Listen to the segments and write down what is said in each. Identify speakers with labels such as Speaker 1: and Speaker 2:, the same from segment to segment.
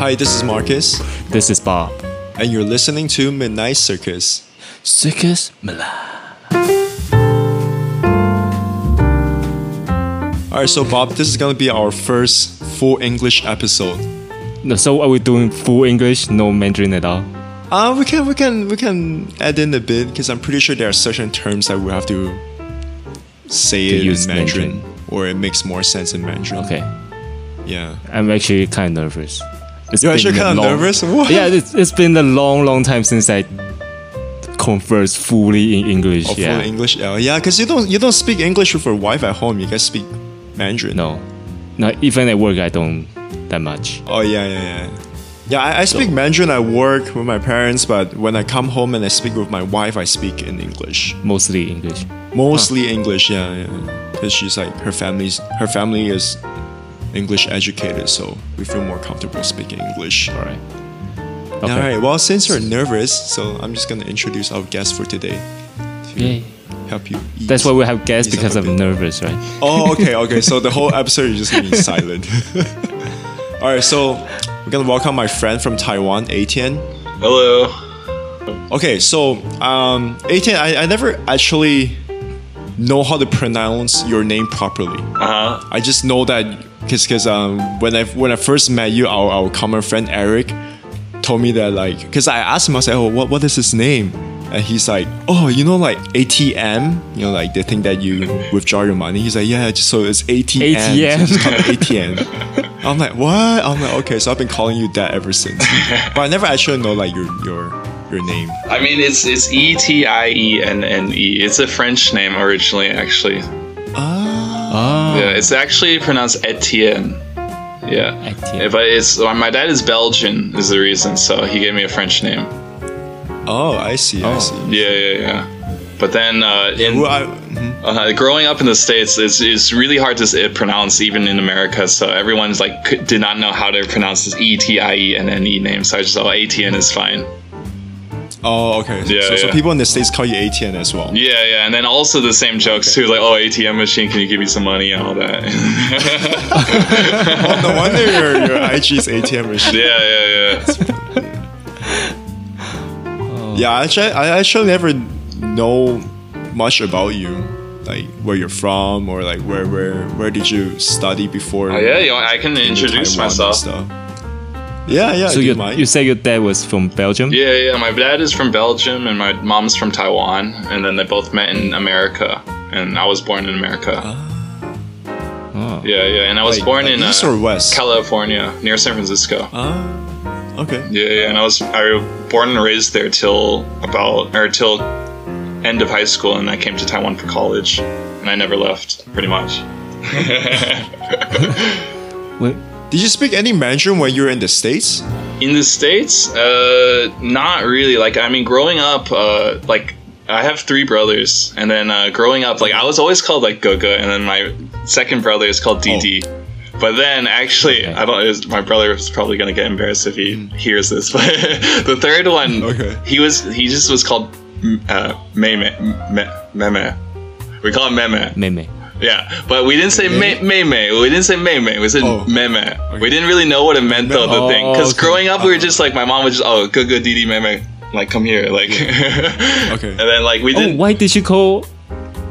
Speaker 1: Hi, this is Marcus,
Speaker 2: This is Bob.
Speaker 1: and you're listening to Midnight Circus.
Speaker 2: Circus Milan.
Speaker 1: All right, so Bob, this is gonna be our first full English episode.
Speaker 2: No, so are we doing full English, no Mandarin at all?
Speaker 1: Uh, we can we can we can add in a bit because I'm pretty sure there are certain terms that we have to say it
Speaker 2: use
Speaker 1: in Mandarin,
Speaker 2: Mandarin.
Speaker 1: or it makes more sense in Mandarin.
Speaker 2: Okay,
Speaker 1: Yeah.
Speaker 2: I'm actually kind of nervous. It's
Speaker 1: You're
Speaker 2: been
Speaker 1: actually
Speaker 2: a
Speaker 1: kind of
Speaker 2: long-
Speaker 1: nervous. What?
Speaker 2: Yeah, it's, it's been a long, long time since I conversed fully in English.
Speaker 1: Or full
Speaker 2: yeah,
Speaker 1: English. Oh, yeah, because you don't you don't speak English with your wife at home. You guys speak Mandarin.
Speaker 2: no, no. Even at work, I don't that much.
Speaker 1: Oh yeah, yeah, yeah. Yeah, I, I speak Mandarin at work with my parents, but when I come home and I speak with my wife, I speak in English.
Speaker 2: Mostly English.
Speaker 1: Mostly English, yeah, yeah. Because she's like her family's her family is English educated, so we feel more comfortable speaking English.
Speaker 2: All right. Okay.
Speaker 1: All right. Well, since you're nervous, so I'm just gonna introduce our guest for today. To
Speaker 2: Yay.
Speaker 1: Help you. Ease.
Speaker 2: That's why we have guests
Speaker 1: He's
Speaker 2: because
Speaker 1: up a
Speaker 2: I'm
Speaker 1: bit.
Speaker 2: nervous, right?
Speaker 1: Oh, okay, okay. So the whole episode is just gonna be silent. All right. So we're gonna welcome my friend from Taiwan, Atian.
Speaker 3: Hello.
Speaker 1: Okay, so um, Aten, I, I never actually know how to pronounce your name properly.
Speaker 3: Uh huh.
Speaker 1: I just know that because because um, when I when I first met you, our, our common friend Eric told me that like because I asked him, I said, oh, what what is his name? And he's like, oh, you know, like ATM, you know, like the thing that you withdraw your money. He's like, yeah, just, so it's ATM.
Speaker 2: ATM.
Speaker 1: So just call it ATM. I'm like, what? I'm like, okay, so I've been calling you that ever since. but I never actually know like your your your name.
Speaker 3: I mean, it's it's E T I E N N E. It's a French name originally, actually.
Speaker 1: Ah.
Speaker 2: Oh,
Speaker 3: Yeah, it's actually pronounced Etienne. Yeah.
Speaker 2: Etienne.
Speaker 3: Yeah, But it's my my dad is Belgian is the reason, so he gave me a French name.
Speaker 1: Oh, I see. I
Speaker 2: Oh.
Speaker 1: see.
Speaker 3: Yeah, yeah, yeah. But then uh, in
Speaker 1: Well, I, mhm.
Speaker 3: uh, growing up in the states, it's, it's really hard to s- pronounce even in America. So everyone's like could, did not know how to pronounce this E T I E N N E name. So I just thought oh, Etienne is fine.
Speaker 1: Oh, okay.
Speaker 3: Yeah,
Speaker 1: so, so
Speaker 3: yeah.
Speaker 1: people in the states call you ATN as well.
Speaker 3: Yeah, yeah, and then also the same jokes too, like, oh, ATM machine, can you give me some money and all that.
Speaker 1: Oh, no wonder your, your IG is ATM machine.
Speaker 3: yeah, yeah, yeah.
Speaker 1: Yeah, actually, I actually never know much about you, like where you're from or like where where where did you study before?
Speaker 3: Oh, yeah, you know, I can
Speaker 1: in
Speaker 3: introduce
Speaker 1: Taiwan and
Speaker 3: myself.
Speaker 1: Stuff. Yeah, yeah.
Speaker 2: so
Speaker 1: do you
Speaker 2: you
Speaker 1: mind?
Speaker 2: you say your dad was from Belgium?
Speaker 3: Yeah, yeah. My dad is from Belgium and my mom's from Taiwan, and then they both met in America, and I was born in America.
Speaker 2: Oh.
Speaker 3: Yeah, yeah, and I was
Speaker 1: Like-
Speaker 3: born
Speaker 1: Ah. like
Speaker 3: in
Speaker 1: east
Speaker 3: uh,
Speaker 1: or west?
Speaker 3: California, near San Francisco.
Speaker 1: ah, okay.
Speaker 3: Yeah, yeah, and I was I was born and raised there till about or till end of high school, and I came to Taiwan for college, and I never left, pretty much.
Speaker 2: Wait,
Speaker 1: Did you speak any Mandarin when you were in the states?
Speaker 3: In the states, uh, not really. Like I mean, growing up, uh, like I have three brothers, and then uh, growing up, like I was always called like Goga, and then my second brother is called DD. But then, actually, I don't. it was- My brother is probably gonna get embarrassed if he hears this. But the third one,
Speaker 1: Okay.
Speaker 3: he was he just was called mm, uh, Meme Me- Meme. We call him Meme.
Speaker 2: Meme.
Speaker 3: Yeah, but we didn't say me- meme. We didn't say meme. We said
Speaker 1: Oh.
Speaker 3: meme. We didn't really know what it meant though. The
Speaker 2: Oh, uh,
Speaker 3: thing, because
Speaker 2: okay.
Speaker 3: growing up, we were just like my mom was just oh good good didi meme, like come here, like okay. And then like we
Speaker 2: Oh,
Speaker 3: didn't
Speaker 2: why did you call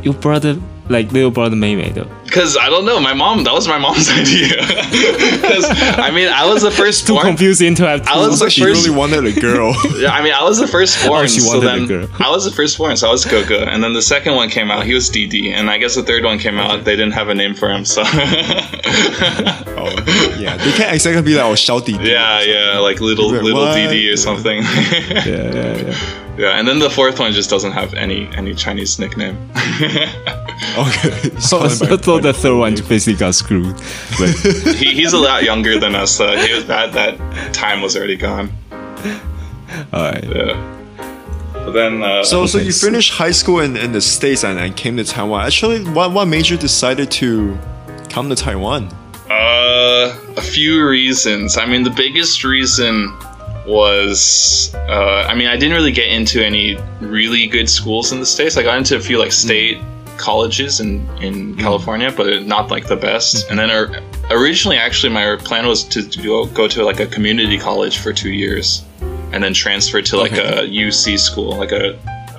Speaker 2: your brother like little brother Meme though?
Speaker 3: because I don't know. My mom that was my mom's idea. Because I mean I was the first
Speaker 2: Too
Speaker 3: born.
Speaker 2: confusing to have. Two.
Speaker 3: I was the
Speaker 1: She
Speaker 3: first.
Speaker 1: really wanted a girl.
Speaker 3: Yeah, I mean, I was the firstborn,
Speaker 2: Oh, she
Speaker 3: so
Speaker 2: wanted a
Speaker 3: then
Speaker 2: girl.
Speaker 3: I was the firstborn, so I was Goku, and then the second one came out. He was DD, and I guess the third one came out. They didn't have a name for him, so
Speaker 1: oh, yeah. They can't exactly be like, oh, 小弟弟.
Speaker 3: Yeah, yeah, like little
Speaker 1: Wait,
Speaker 3: little
Speaker 1: what?
Speaker 3: DD or something. yeah.
Speaker 2: Yeah, yeah, yeah.
Speaker 3: and then the fourth one just doesn't have any any Chinese nickname.
Speaker 1: Okay.
Speaker 2: So, Oh, so, so the third one basically got screwed. But
Speaker 3: he, he's a lot younger than us. So he was that that time was already gone.
Speaker 2: all right.
Speaker 3: Yeah. But then uh,
Speaker 1: So, so you
Speaker 2: Thanks.
Speaker 1: finished high school in, in the states and, and came to Taiwan. Actually, what what made you decided to come to Taiwan?
Speaker 3: Uh, a few reasons. I mean, the biggest reason was, uh, I mean, I didn't really get into any really good schools in the states. I got into a few
Speaker 1: Mm-hmm.
Speaker 3: like state colleges in in California, but not like the best. And then our, originally, actually, my plan was to do, go to like a community college for two years, and then transfer to like
Speaker 1: Okay.
Speaker 3: a UC school, like a,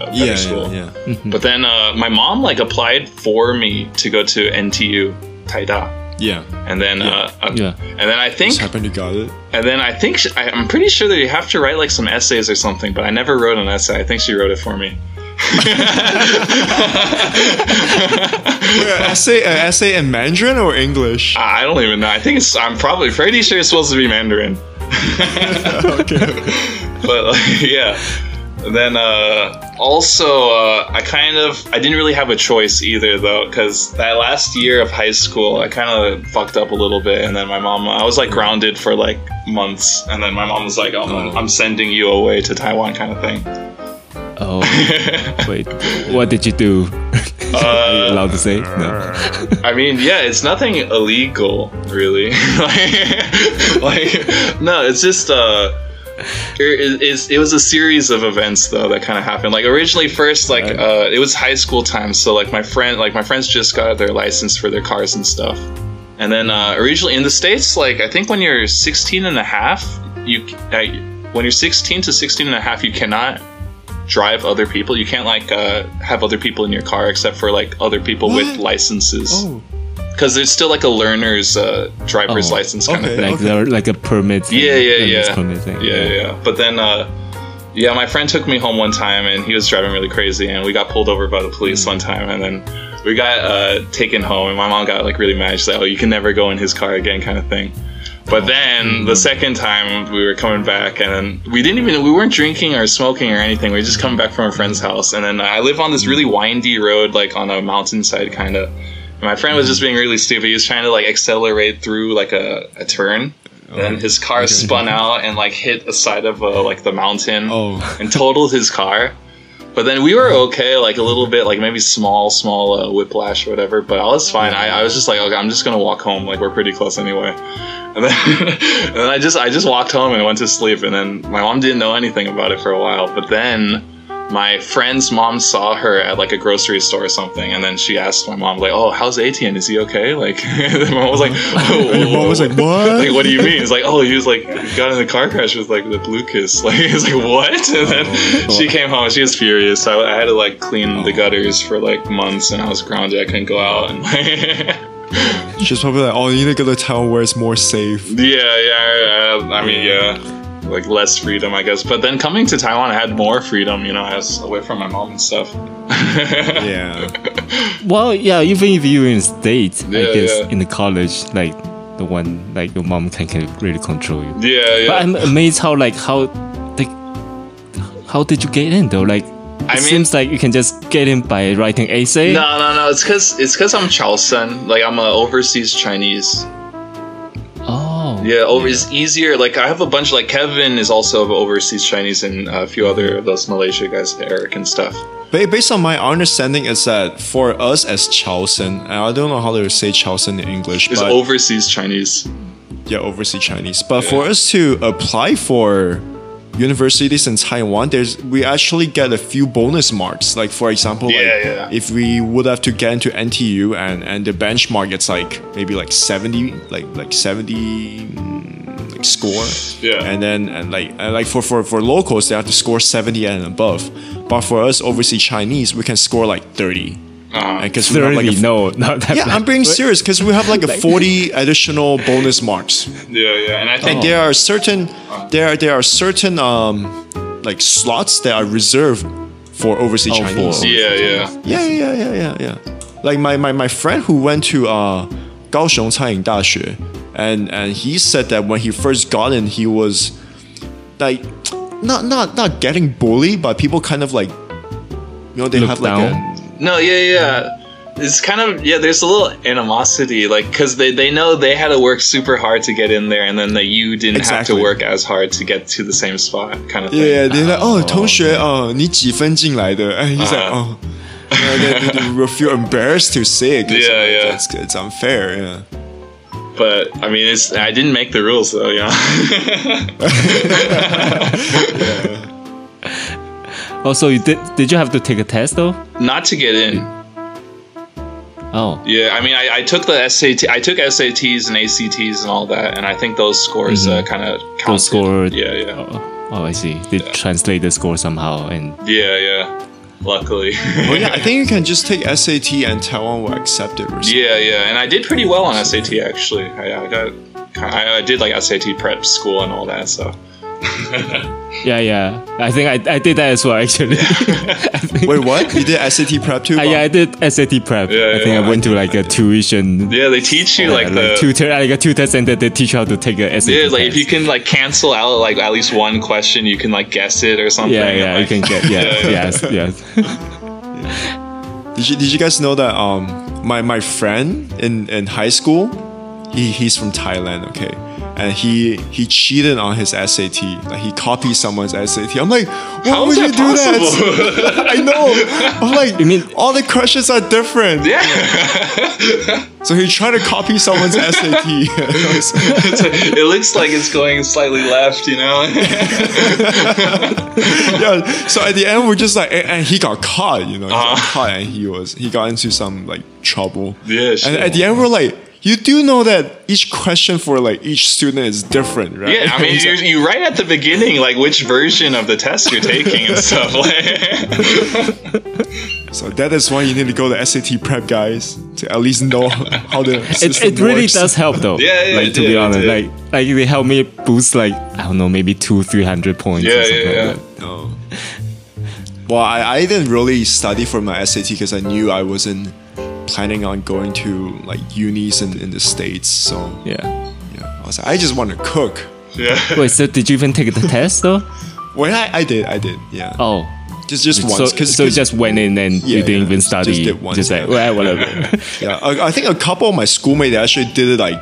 Speaker 3: a better
Speaker 1: yeah,
Speaker 3: school.
Speaker 1: yeah, Hmm. yeah.
Speaker 3: But then uh, my mom like applied for me to go to NTU Taida,
Speaker 1: Yeah.
Speaker 3: and then uh, uh,
Speaker 2: Yeah.
Speaker 3: and then I think
Speaker 1: Just happened to got it.
Speaker 3: and then I think she, I, I'm pretty sure that you have to write like some essays or something, but I never wrote an essay. I think she wrote it for me.
Speaker 1: Wait, an essay, an essay in Mandarin or English?
Speaker 3: I I don't even know. I think it's. I'm probably pretty sure it's supposed to be Mandarin.
Speaker 1: okay.
Speaker 3: but like, yeah And then uh, also uh, i kind of i didn't really have a choice either though because that last year of high school i kind of fucked up a little bit and then my mom i was like grounded for like months and then my mom was like oh,
Speaker 1: Oh.
Speaker 3: i'm sending you away to taiwan kind of thing
Speaker 2: Oh, wait. What did you do? Are
Speaker 3: Uh,
Speaker 2: you allowed to say? No.
Speaker 3: I mean, yeah, it's nothing illegal, really. like, like, no, it's just uh, it, it's, it was a series of events though that kind of happened. Like originally, first, like uh, it was high school time, so like my friend, like my friends just got their license for their cars and stuff. And then uh, originally in the states, like I think when you're 16 and a half, you uh, when you're 16 to 16 and a half, you cannot drive other people. You can't like uh, have other people in your car except for like other people with
Speaker 1: What?
Speaker 3: licenses
Speaker 1: Oh,
Speaker 3: because there's still like a learner's uh, driver's
Speaker 2: Oh,
Speaker 3: license kind
Speaker 1: okay.
Speaker 3: of thing.
Speaker 2: Like there, like a permit. Thing,
Speaker 3: Yeah, yeah,
Speaker 2: permits
Speaker 3: yeah.
Speaker 2: Permit thing.
Speaker 3: Yeah, yeah, yeah. But then, uh, yeah, my friend took me home one time, and he was driving really crazy, and we got pulled over by the police one time, and then we got uh, taken home, and my mom got like really mad. She's like, "Oh, you can never go in his car again," kind of thing. But then the second time we were coming back, and then we didn't even we weren't drinking or smoking or anything. We were just coming back from a friend's house, and then I live on this really windy road, like on a mountainside kind of. My friend was just being really stupid. He was trying to like accelerate through like a, a turn, and then his car spun out and like hit the side of uh, like the mountain
Speaker 1: oh,
Speaker 3: and totaled his car. But then we were okay, like a little bit, like maybe small, small uh, whiplash or whatever. But I was fine. I, I was just like, okay, I'm just gonna walk home. Like we're pretty close anyway. And then, and then I just I just walked home and went to sleep. And then my mom didn't know anything about it for a while. But then my friend's mom saw her at like a grocery store or something, and then she asked my mom like, "Oh, how's Etienne? Is he okay?" Like, and my mom was like,
Speaker 1: and your mom was like, what?
Speaker 3: like, what do you mean? It's like, oh, he was like got in the car crash with like with Lucas. Like, it's like what? And then she came home. She was furious. So I, I had to like clean the gutters for like months, and I was grounded. I couldn't go out. And like,
Speaker 1: She's probably like, oh, you need to go to town where it's more safe.
Speaker 3: yeah, yeah. I, I mean, yeah, like less freedom, I guess. But then coming to Taiwan, I had more freedom. You know, I was away from my mom and stuff. yeah.
Speaker 1: Yeah.
Speaker 2: Well, yeah. Even if you're in state,
Speaker 3: Yeah,
Speaker 2: I guess
Speaker 3: yeah.
Speaker 2: in the college, like the one, like your mom can, can really control you.
Speaker 3: Yeah, yeah.
Speaker 2: But I'm amazed how like how like how did you get in though? Like it
Speaker 3: I mean-
Speaker 2: seems like you can just get in by writing essay.
Speaker 3: no, no, no. It's cause it's cause I'm Chaosan. Like I'm a overseas Chinese.
Speaker 2: Oh.
Speaker 3: Yeah, over it's easier. Like I have a bunch. Like Kevin is also of overseas Chinese and a few other of those Malaysia guys, Eric and stuff.
Speaker 1: Ba- Based on my understanding, is that for us as Chaosan, and I don't know how to say Chaosan in English,
Speaker 3: Is
Speaker 1: but
Speaker 3: overseas Chinese.
Speaker 1: yeah, overseas Chinese. But for us to apply for universities in Taiwan, there's we actually get a few bonus marks. Like for example, like,
Speaker 3: Yeah, yeah.
Speaker 1: if we would have to get into NTU and and the benchmark, it's like maybe like seventy, like like seventy. mm, like, Score,
Speaker 3: Yeah.
Speaker 1: and then and like and like for, for for locals, they have to score seventy and above. But for us overseas Chinese, we can score like thirty,
Speaker 3: Uh,
Speaker 1: because we have like a
Speaker 2: Thirty? No, not that.
Speaker 1: yeah,
Speaker 2: bad.
Speaker 1: I'm being
Speaker 2: But-
Speaker 1: serious because we have like a 40 additional bonus marks,
Speaker 3: yeah, yeah. And I think
Speaker 1: and
Speaker 2: Oh.
Speaker 1: there are certain there are, there are certain um like slots that are reserved for overseas
Speaker 2: Oh, for-
Speaker 1: Chinese.
Speaker 3: yeah, yeah.
Speaker 1: Yeah, yeah, yeah, yeah, yeah. Like my my, my friend who went to uh, Kaohsiung Caiying Daxue, and and he said that when he first got in, he was like not not not getting bullied, but people kind of like you know they
Speaker 2: Look
Speaker 1: have like
Speaker 2: down.
Speaker 1: a
Speaker 3: No, yeah, yeah. It's kind of yeah. There's a little animosity, like because they they know they had to work super hard to get in there, and then that you didn't have
Speaker 1: Exactly.
Speaker 3: to work as hard to get to the same spot, kind of thing.
Speaker 1: Yeah, they're like, oh, 同学，哦，你几分进来的？And he's like, oh. And then they will feel embarrassed to say it. 'cause,
Speaker 3: Yeah,
Speaker 1: like,
Speaker 3: yeah.
Speaker 1: It's, it's unfair. Yeah.
Speaker 3: But I mean, it's I didn't make the rules though, you know.
Speaker 2: Oh, so you did? Did you have to take a test though?
Speaker 3: Not to get in.
Speaker 2: Oh,
Speaker 3: Yeah, I mean, I, I took the SAT, I took SATs and ACTs and all that, and I think those scores uh, kind of
Speaker 2: Mm-hmm. those score.
Speaker 3: Yeah, yeah,
Speaker 2: Oh, oh, I see. They translate the score somehow, and
Speaker 3: yeah, yeah. Luckily.
Speaker 1: Oh yeah, I think you can just take SAT and Taiwan will accept it. Or something.
Speaker 3: yeah, yeah, and I did pretty well on SAT actually. I, I got, I, I did like SAT prep school and all that, so.
Speaker 2: yeah, yeah. I think I, I did that as well actually. I think,
Speaker 1: Wait, what? You did SAT prep too?
Speaker 2: Uh, yeah, I did SAT prep.
Speaker 3: Yeah,
Speaker 2: I think
Speaker 3: yeah,
Speaker 2: I went to like a tuition.
Speaker 3: Yeah, they teach you like
Speaker 2: yeah,
Speaker 3: the
Speaker 2: like tutor, like a tutor center. They teach you how to take a SAT.
Speaker 3: Yeah, like if
Speaker 2: test.
Speaker 3: you can like cancel out like at least one question, you can like guess it or something.
Speaker 2: Yeah, yeah, you
Speaker 3: like,
Speaker 2: can get. Yeah, yes, yes.
Speaker 1: Did you, did you guys know that um my, my friend in, in high school, he, he's from Thailand, okay? And he he cheated on his SAT. Like he copied someone's SAT. I'm like, why
Speaker 3: How
Speaker 1: would
Speaker 3: is
Speaker 1: you
Speaker 3: that
Speaker 1: do that?
Speaker 3: possible?
Speaker 1: I know. I'm like,
Speaker 2: You mean-
Speaker 1: all the crushes are different.
Speaker 3: Yeah.
Speaker 1: So he tried to copy someone's SAT. I was like,
Speaker 3: It's like- it looks like it's going slightly left, you know.
Speaker 1: yeah. So at the end, we're just like, and, and he got caught, you know, he got
Speaker 3: Uh-huh.
Speaker 1: caught, and he was he got into some like trouble.
Speaker 3: Yeah,
Speaker 1: And
Speaker 3: sure.
Speaker 1: at the end, we're like, you do know that each question for like each student is different, right?
Speaker 3: yeah, I mean,
Speaker 1: He's
Speaker 3: you,
Speaker 1: like,
Speaker 3: you write at the beginning like which version of the test you're taking and stuff. Like,
Speaker 1: so that is why you need to go to SAT prep, guys, to at least know how the
Speaker 2: it,
Speaker 1: system
Speaker 2: it really
Speaker 1: works.
Speaker 2: does help though.
Speaker 3: Yeah, yeah,
Speaker 2: Like
Speaker 3: it
Speaker 2: to
Speaker 3: did,
Speaker 2: be
Speaker 3: it
Speaker 2: honest,
Speaker 3: did.
Speaker 2: like like they help me boost like I don't know maybe two three hundred points.
Speaker 3: Yeah,
Speaker 2: or something
Speaker 3: yeah,
Speaker 2: like that.
Speaker 3: yeah.
Speaker 1: No. Well, I, I didn't really study for my SAT because I knew I wasn't planning on going to like unis in, in the states. So
Speaker 2: Yeah.
Speaker 1: yeah, I was like, I just want to cook.
Speaker 3: yeah.
Speaker 2: Wait, so did you even take the test though?
Speaker 1: Well, I, I did, I did, yeah.
Speaker 2: Oh,
Speaker 1: Just just
Speaker 2: so
Speaker 1: once, because
Speaker 2: so just went in and
Speaker 1: Yeah,
Speaker 2: you didn't
Speaker 1: yeah,
Speaker 2: even
Speaker 1: just-
Speaker 2: study.
Speaker 1: just did once,
Speaker 2: like
Speaker 1: yeah.
Speaker 2: well, whatever.
Speaker 1: yeah, I, I think a couple of my schoolmates actually did it like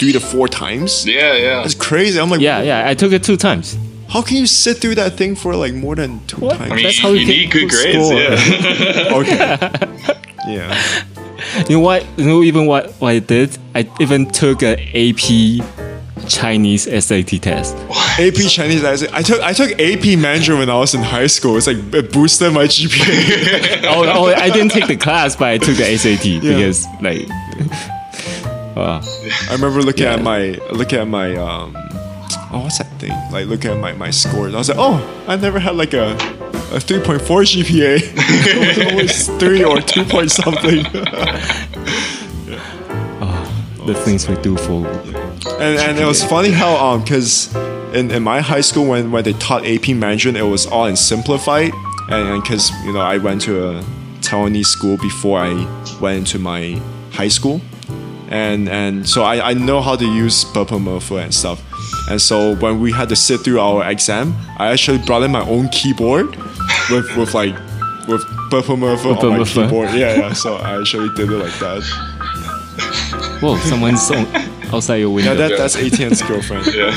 Speaker 1: three to four times.
Speaker 3: Yeah, yeah.
Speaker 1: It's crazy. I'm like,
Speaker 2: yeah, yeah. I took it two times.
Speaker 1: how can you sit through that thing for like more than two
Speaker 2: What?
Speaker 1: times?
Speaker 3: I mean,
Speaker 2: That's
Speaker 3: you,
Speaker 2: how you
Speaker 3: you
Speaker 2: get
Speaker 3: need good
Speaker 2: good
Speaker 3: grades.
Speaker 2: score.
Speaker 3: Yeah.
Speaker 1: okay. yeah.
Speaker 2: You know what? You know even what, what I did? I even took an AP Chinese SAT test.
Speaker 1: AP Chinese. I, I took I took AP Mandarin when I was in high school. It's like it boosted my GPA.
Speaker 2: oh, oh, I didn't take the class, but I took the SAT because like. Wow.
Speaker 1: I remember looking at my looking at my um oh what's that thing? Like looking at my my scores. I was like, oh, I never had like a a 3.4 GPA. it was always three or two point something.
Speaker 2: the things we do for
Speaker 1: and and it was funny how um because in, in my high school when when they taught AP Mandarin it was all in simplified and because you know I went to a Taiwanese school before I went into my high school and and so I, I know how to use purple Merfolk and stuff and so when we had to sit through our exam I actually brought in my own keyboard with with like with purple Merfolk on my
Speaker 2: Merfolk.
Speaker 1: keyboard yeah yeah so I actually did it like that
Speaker 2: whoa someone's on, outside your window
Speaker 1: yeah that, that's ATN's girlfriend
Speaker 3: yeah.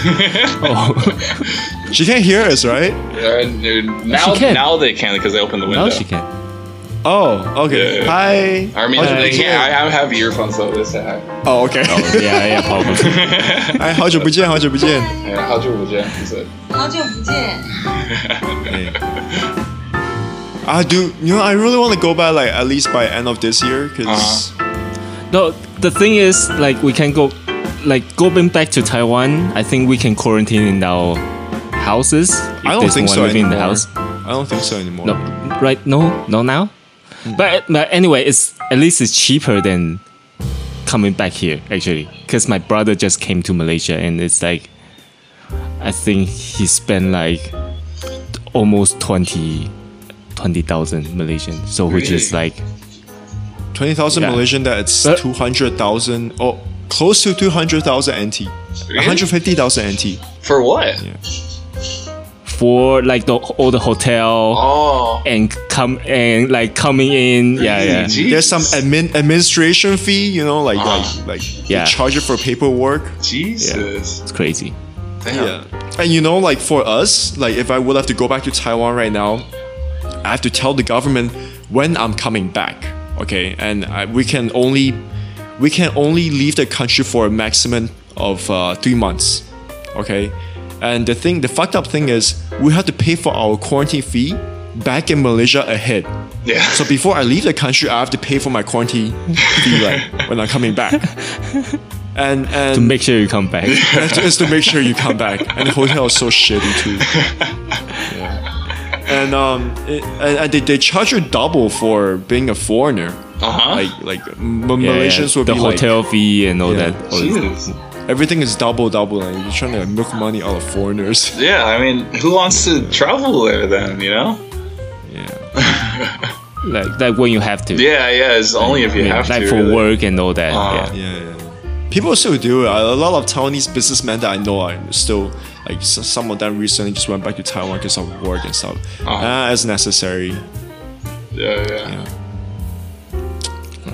Speaker 2: oh
Speaker 1: she can't hear us right
Speaker 3: And now,
Speaker 2: She can.
Speaker 3: now they can because they opened the window.
Speaker 2: now she can Oh,
Speaker 1: Oh, okay.
Speaker 3: Yeah.
Speaker 1: Hi.
Speaker 3: I mean,
Speaker 1: How'd you
Speaker 3: they
Speaker 1: get
Speaker 3: can't.
Speaker 1: in?
Speaker 3: I, I have earphones though. This. I-
Speaker 1: Oh, okay.
Speaker 2: yeah yeah probably
Speaker 1: 哎，好久不见，好久不见。
Speaker 3: Yeah, how'd you reject? He said,
Speaker 4: 好久不见。
Speaker 1: I do. Ah, You know, I really want to go back like at least by end of this year, because
Speaker 2: no the thing is like we can go like going back to Taiwan I think we can quarantine in our houses if
Speaker 1: I don't
Speaker 2: there's
Speaker 1: think
Speaker 2: no one
Speaker 1: so anymore.
Speaker 2: living in the house
Speaker 1: I don't think so anymore.
Speaker 2: no right no no now but, but anyway it's at least it's cheaper than coming back here actually because my brother just came to Malaysia and it's like I think he spent like almost 20 20,000 Malaysian so which is
Speaker 3: Really?
Speaker 2: like
Speaker 1: Twenty thousand
Speaker 2: Yeah.
Speaker 1: Malaysian. That's
Speaker 2: But-
Speaker 1: two hundred thousand. Oh, close to two hundred thousand NT. One hundred fifty thousand NT.
Speaker 3: For what?
Speaker 2: for like the all the hotel
Speaker 3: Oh.
Speaker 2: and come and like coming in yeah yeah
Speaker 3: Jeez.
Speaker 1: There's some admin administration fee. You know, like
Speaker 3: Ah.
Speaker 1: like like
Speaker 2: Yeah.
Speaker 1: they charge you for paperwork.
Speaker 3: Jesus.
Speaker 2: it's crazy
Speaker 3: Damn.
Speaker 1: And you know, like for us, like if I would have to go back to Taiwan right now, I have to tell the government when I'm coming back. Okay, and I, we can only we can only leave the country for a maximum of uh, three months. Okay, and the thing, the fucked up thing is, we have to pay for our quarantine fee back in Malaysia ahead.
Speaker 3: Yeah.
Speaker 1: So before I leave the country, I have to pay for my quarantine fee, like when I'm coming back. And and
Speaker 2: to make sure you come back.
Speaker 1: and just to make sure you come back. And the hotel is so shitty too. Yeah. And um, it, and, and they, they charge you double for being a foreigner.
Speaker 3: Uh-huh.
Speaker 1: Like like M- Malaysians
Speaker 2: Yeah,
Speaker 1: will
Speaker 2: yeah. the
Speaker 1: be
Speaker 2: hotel fee and all
Speaker 1: Yeah.
Speaker 2: that. all that.
Speaker 3: Jesus.
Speaker 1: like everything is double double. and you're trying to milk money out of foreigners.
Speaker 3: Yeah, I mean, who wants to travel there then, you know?
Speaker 1: Yeah.
Speaker 2: Like like when you have to.
Speaker 3: Yeah, yeah, it's only if
Speaker 2: I
Speaker 3: you
Speaker 2: mean,
Speaker 3: have
Speaker 2: like
Speaker 3: to.
Speaker 2: for
Speaker 3: really.
Speaker 2: work and all that.
Speaker 3: Ah.
Speaker 2: yeah.
Speaker 1: Yeah, yeah. People still do it. A lot of Taiwanese businessmen that I know are still like s- some of them recently just went back to Taiwan because of work and stuff. Ah, it's necessary.
Speaker 3: Yeah, yeah.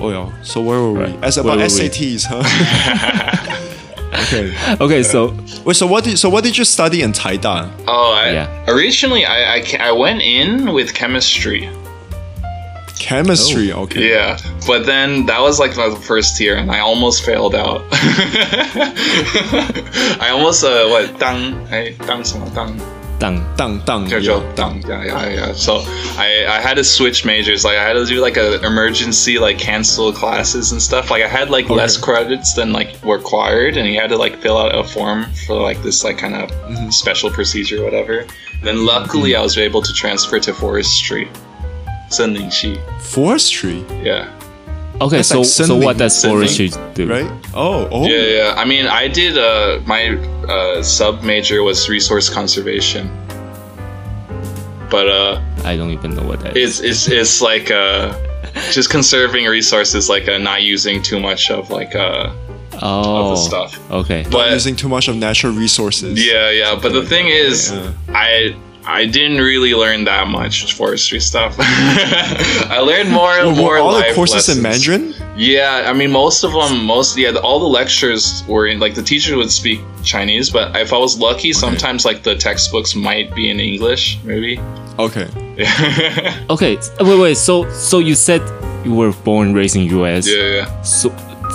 Speaker 1: Oh yeah. So where were we?
Speaker 2: Right.
Speaker 1: As
Speaker 2: Where
Speaker 1: about
Speaker 2: were we?
Speaker 1: SATs, huh? okay.
Speaker 2: Okay, so
Speaker 1: Wait. So what did so what did you study in Taida?
Speaker 3: Oh, I,
Speaker 2: Yeah.
Speaker 3: originally I, I, ca- I went in with chemistry.
Speaker 1: Chemistry. Okay.
Speaker 3: Oh, Yeah, but then that was like my first year, and I almost failed out. I almost uh what dang I dang 什么当
Speaker 2: dang.
Speaker 1: Dang dang. yeah.
Speaker 3: dang yeah yeah yeah. So I I had to switch majors. Like I had to do like a emergency like cancel classes and stuff. Like I had like less
Speaker 1: Okay.
Speaker 3: credits than like were required, and you had to like fill out a form for like this like kind of special procedure or whatever. Then luckily I was able to transfer to forestry. 森林系
Speaker 1: Forestry.
Speaker 3: yeah.
Speaker 2: Okay,
Speaker 1: That's
Speaker 2: so
Speaker 1: like
Speaker 2: so
Speaker 1: sending-
Speaker 2: what does
Speaker 3: sending,
Speaker 2: forestry do?
Speaker 1: Right. Oh. Oh.
Speaker 3: Yeah, yeah. I mean, I did. Uh, my uh, sub major was resource conservation, but uh,
Speaker 2: I don't even know what that is.
Speaker 3: it's it's it's like uh, just conserving resources, like uh, not using too much of like uh,
Speaker 2: Oh,
Speaker 3: the stuff.
Speaker 2: Okay.
Speaker 1: Not
Speaker 3: but
Speaker 1: using too much of natural resources.
Speaker 3: yeah, yeah. But the thing is, I. I didn't really learn that much forestry stuff. I learned more and
Speaker 1: Were,
Speaker 3: more
Speaker 1: were all the
Speaker 3: life
Speaker 1: courses in
Speaker 3: lessons.
Speaker 1: Mandarin?
Speaker 3: Yeah, I mean, most of them, most yeah, the, all the lectures were in like the teacher would speak Chinese, but if I was lucky, sometimes like the textbooks might be in English, maybe.
Speaker 1: Okay.
Speaker 3: yeah,
Speaker 2: Okay. s- Wait, wait. So so you said you were born raised in US.
Speaker 3: yeah.
Speaker 2: So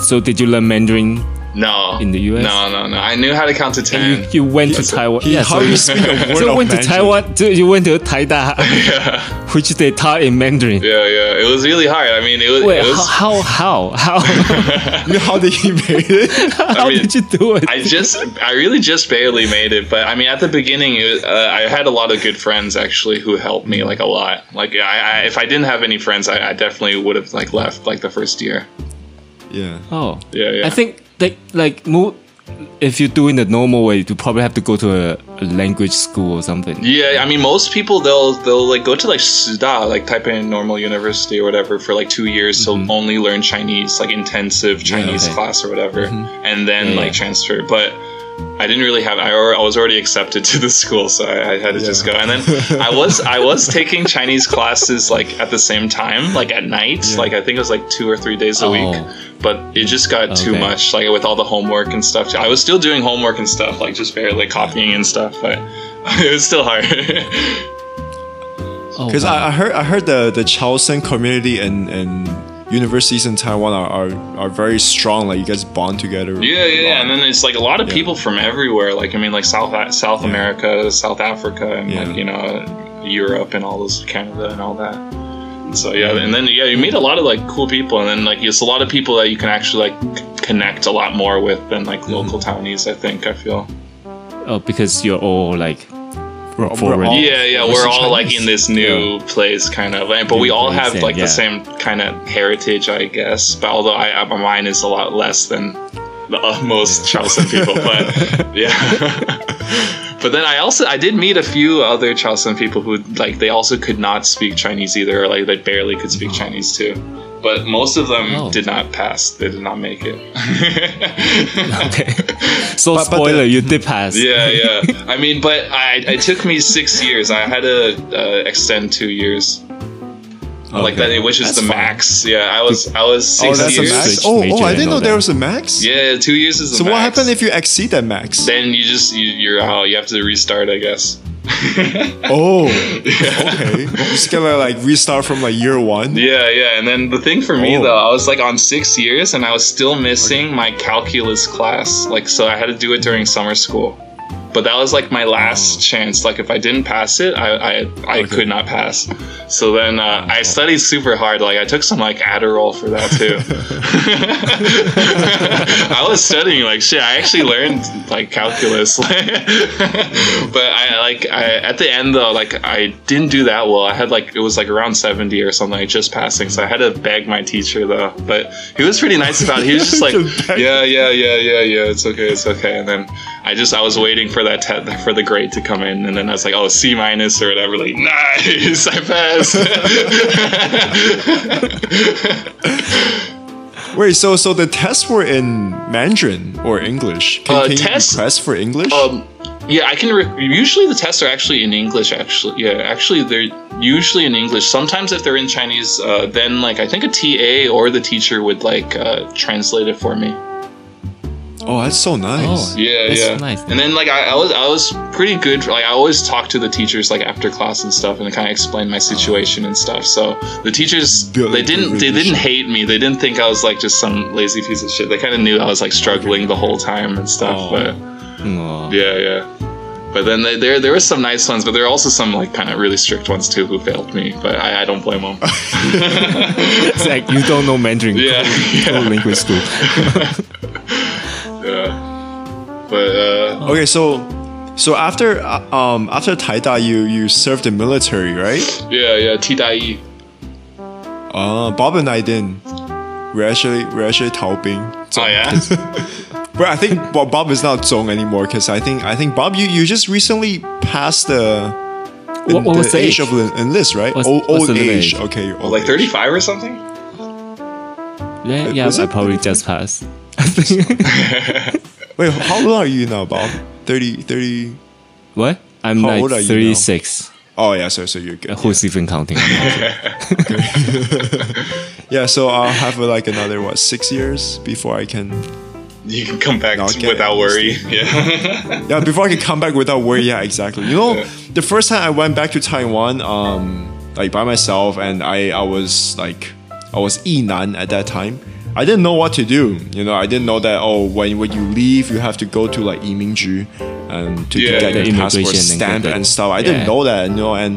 Speaker 2: so did you learn Mandarin?
Speaker 3: No.
Speaker 2: In the US?
Speaker 3: No, no, no. I knew how to count to ten.
Speaker 2: You you went to Taiwan.
Speaker 1: He,
Speaker 2: yeah.
Speaker 1: how
Speaker 2: so
Speaker 1: you speak a word
Speaker 2: so you
Speaker 1: of
Speaker 2: went to
Speaker 1: Mandarin?
Speaker 2: Taiwan. To, you went to Taida,
Speaker 3: yeah,
Speaker 2: which they taught in Mandarin.
Speaker 3: yeah, yeah. It was really hard. I mean, it was.
Speaker 2: Wait,
Speaker 3: it was
Speaker 2: how how how how,
Speaker 1: You know how they made it?
Speaker 2: how
Speaker 3: mean,
Speaker 2: did you do it?
Speaker 3: I just, I really just barely made it, but I mean, at the beginning, it was, uh, I had a lot of good friends actually who helped me like a lot. Like, I, I if I didn't have any friends, I, I definitely would have like left like the first year.
Speaker 1: yeah.
Speaker 2: oh,
Speaker 3: Yeah, yeah.
Speaker 2: I think that like move. If you do it the normal way, you probably have to go to a, a language school or something.
Speaker 3: Yeah, I mean, most people they'll they'll like go to like Suda, like Taipei Normal University or whatever, for like two years. So only learn Chinese, like intensive Chinese
Speaker 2: Mm-hmm. okay. Mm-hmm.
Speaker 3: class or whatever, and then
Speaker 2: Yeah,
Speaker 3: like
Speaker 2: yeah.
Speaker 3: transfer. But I didn't really have. I, al- I was already accepted to the school, so I, I had to just go. And then I was I was taking Chinese classes like at the same time, like at night. Like I think it was like two or three days a
Speaker 2: Oh.
Speaker 3: week. But it just got too
Speaker 2: Okay.
Speaker 3: much, like with all the homework and stuff. I was still doing homework and stuff, like just barely copying and stuff, but it was still hard.
Speaker 2: Oh,
Speaker 1: Because
Speaker 2: wow.
Speaker 1: I, I heard I heard the the Chaosen community and and universities in Taiwan are, are are very strong. Like you guys bond together.
Speaker 3: yeah, yeah, yeah. And then it's like a lot of people from everywhere. Like I mean, like South South America, South Africa, and
Speaker 1: Yeah.
Speaker 3: like you know Europe and all those Canada and all that. And So yeah, and then yeah, you meet a lot of like cool people, and then like it's a lot of people that you can actually like c- connect a lot more with than like local townies. I think I feel.
Speaker 2: Oh, because you're all like
Speaker 1: We're- we're
Speaker 2: foreign.
Speaker 1: all-
Speaker 3: yeah, yeah,
Speaker 1: we're
Speaker 3: we're
Speaker 1: so
Speaker 3: all like
Speaker 1: Chinese.
Speaker 3: in this new place, kind of, and, but we all
Speaker 2: place,
Speaker 3: have
Speaker 2: and-
Speaker 3: like
Speaker 2: yeah.
Speaker 3: the same kind of heritage, I guess. But although I, I, mine is a lot less than the uh, most Charleston people, but yeah. but then I also I did meet a few other Charleston people who like they also could not speak Chinese either, or like they barely could speak Chinese too. But most of them
Speaker 2: Oh.
Speaker 3: did not pass; they did not make it.
Speaker 2: Okay. So
Speaker 1: But- but
Speaker 2: spoiler,
Speaker 1: the-
Speaker 2: you did pass.
Speaker 3: Yeah, yeah. I mean, but I it took me six years. I had to uh, extend two years. Like
Speaker 1: Okay.
Speaker 3: that, which is
Speaker 1: That's
Speaker 3: the
Speaker 1: fine.
Speaker 3: max. Yeah, I was I was
Speaker 1: Oh,
Speaker 3: six
Speaker 1: that's a
Speaker 3: years.
Speaker 1: max.
Speaker 2: Six
Speaker 1: Oh,
Speaker 2: major
Speaker 1: oh, I
Speaker 2: and
Speaker 1: didn't know
Speaker 2: all
Speaker 1: there
Speaker 2: that.
Speaker 1: was a max.
Speaker 3: Yeah, two years is the
Speaker 1: So
Speaker 3: max.
Speaker 1: what happened if you exceed that max?
Speaker 3: Then you just you, you're out. You have to restart, I guess.
Speaker 1: oh, okay. You just gotta like restart from like year one.
Speaker 3: Yeah, yeah. And then the thing for me
Speaker 1: Oh.
Speaker 3: though, I was like on six years, and I was still missing my calculus class. Like, so I had to do it during summer school. but that was like my
Speaker 1: Oh.
Speaker 3: last chance. Like if I didn't pass it, I I, I could not pass. So then uh, I studied super hard. Like I took some like Adderall for that too. I was studying like shit. I actually learned like calculus, but I like I at the end though like I didn't do that well. I had like it was like around seventy or something, like, just passing. So I had to beg my teacher though, but he was pretty nice about it. He was just like,
Speaker 1: Just beg.
Speaker 3: yeah, yeah, yeah, yeah, yeah. It's okay, it's okay. And then I just I was waiting for that te- for the grade to come in, and then I was like, oh, C minus or whatever. Like nice, I passed.
Speaker 1: Wait, so so the tests were in Mandarin or English? Can,
Speaker 3: Uh,
Speaker 1: can
Speaker 3: tests-
Speaker 1: you request for English?
Speaker 3: Um, yeah, I can. Re- usually the tests are actually in English. Actually, yeah, actually they're usually in English. Sometimes if they're in Chinese, uh, then like I think a TA or the teacher would like uh, translate it for me.
Speaker 1: oh, that's so nice.
Speaker 2: Oh.
Speaker 3: Yeah,
Speaker 2: That's
Speaker 3: yeah.
Speaker 2: nice.
Speaker 3: And then like I, I was I was pretty good. Like I always talked to the teachers like after class and stuff, and kind of explained my situation and stuff. So the teachers
Speaker 1: Built
Speaker 3: they didn't they
Speaker 1: privilege.
Speaker 3: didn't hate me. They didn't think I was like just some lazy piece of shit. They kind of knew I was like struggling the whole time and stuff.
Speaker 1: Oh.
Speaker 3: But
Speaker 2: Aw.
Speaker 3: Yeah, yeah. But then they, there there were some nice ones, but there are also some like kind of really strict ones too who failed me. But I, I don't blame them.
Speaker 2: It's like you don't know Mandarin. Go-
Speaker 3: Yeah,
Speaker 2: go
Speaker 3: yeah.
Speaker 2: language school.
Speaker 3: yeah. But uh,
Speaker 1: Okay, so so after uh, um after Taida, you you served the military, right?
Speaker 3: yeah, yeah, E. Tidai.
Speaker 1: Uh, Bob and I didn't. We're actually we're actually Taobing.
Speaker 3: Oh yeah.
Speaker 1: But I think Bo- Bob is not Zong anymore because I think I think Bob you, you just recently passed the,
Speaker 2: What- what
Speaker 1: the
Speaker 2: was the
Speaker 1: age,
Speaker 2: age?
Speaker 1: of en- enlist, right?
Speaker 2: What's-
Speaker 1: old
Speaker 2: what's
Speaker 1: old
Speaker 2: the limit
Speaker 1: age.
Speaker 2: age?
Speaker 1: Okay, old
Speaker 3: like
Speaker 1: age.
Speaker 3: thirty five or something.
Speaker 2: Yeah, yeah,
Speaker 1: was
Speaker 2: I
Speaker 1: it
Speaker 2: probably just passed. I think.
Speaker 1: Wait, how old are you now, Bob? 30, 30
Speaker 2: what? I'm
Speaker 1: How
Speaker 2: like
Speaker 1: old are you now?
Speaker 2: 36.
Speaker 1: Oh yeah, so so you're good.
Speaker 2: Who's even counting?
Speaker 1: Yeah, so I'll have uh, like another what six years before I can.
Speaker 3: You can come back
Speaker 1: Not gay,
Speaker 3: without worry. Yeah.
Speaker 1: Yeah, before I can come back without worry. Yeah, exactly. You know, the first time I went back to Taiwan, um, like by myself, and I I was like, I was Yinan at that time. I didn't know what to do. You know, I didn't know that. Oh, when when you leave, you have to go to like Yimingju, and to
Speaker 3: Yeah.
Speaker 1: get
Speaker 3: The
Speaker 1: your passport
Speaker 2: immigration and
Speaker 1: stamp
Speaker 2: get the-
Speaker 1: and stuff. I
Speaker 2: yeah.
Speaker 1: didn't know that. You know, and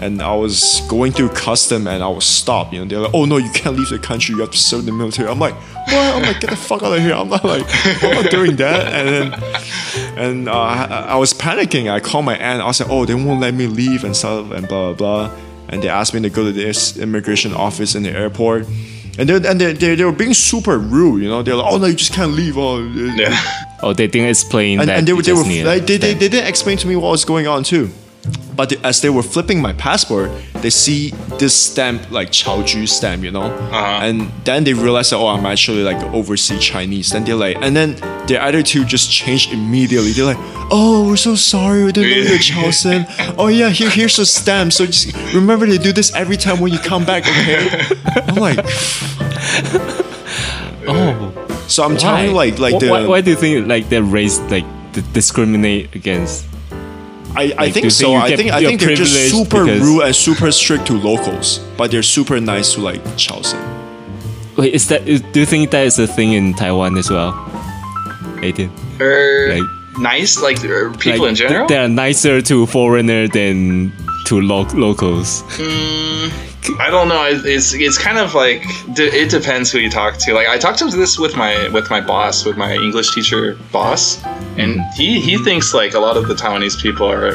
Speaker 1: and I was going through custom, and I was stopped. You know, they're like, oh no, you can't leave the country. You have to serve the military. I'm like, what? I'm like, get the fuck out of here. I'm not like, I'm not doing that. And then and uh, I, I was panicking. I called my aunt. I was like, "Oh, they won't let me leave and stuff and blah blah blah." And they asked me to go to this immigration office in the airport, and they and they, they, they were being super rude. You know, they're like, "Oh no, you just can't leave." Oh,
Speaker 3: yeah.
Speaker 2: oh, they didn't explain
Speaker 1: and,
Speaker 2: that.
Speaker 1: and they were, they,
Speaker 2: you
Speaker 1: were
Speaker 2: just need
Speaker 1: like, they, they,
Speaker 2: that.
Speaker 1: they didn't explain to me what was going on too but they- as they were flipping my passport they see this stamp like Chao Ju stamp you know and then they realized that oh I'm actually like overseas Chinese then they're like and then their attitude just changed immediately they're like oh we're so sorry we didn't know you're Chao Sen oh yeah here, here's a stamp so just remember to do this every time when you come back okay I'm like
Speaker 2: oh,
Speaker 1: so I'm telling you like like
Speaker 2: why,
Speaker 1: the
Speaker 2: why, why do you think like their race like d- discriminate against?
Speaker 1: I, I
Speaker 2: Like, do
Speaker 1: think
Speaker 2: you
Speaker 1: so.
Speaker 2: think you
Speaker 1: I
Speaker 2: get
Speaker 1: think I
Speaker 2: your
Speaker 1: think they're just
Speaker 2: privilege
Speaker 1: super
Speaker 2: because-
Speaker 1: rude and super strict to locals, but they're super nice to like Chaosen.
Speaker 2: Wait, is that is- do you think that is a thing in Taiwan as well? Aiden,
Speaker 3: Er,
Speaker 2: Like-
Speaker 3: nice, like er, people
Speaker 2: Like,
Speaker 3: in general.
Speaker 2: they are nicer to foreigner than to lo- locals.
Speaker 3: I don't know. It- It's it's kind of like de- it depends who you talk to. Like I talked to this with my with my boss, with my English teacher boss, and he he thinks like a lot of the Taiwanese people are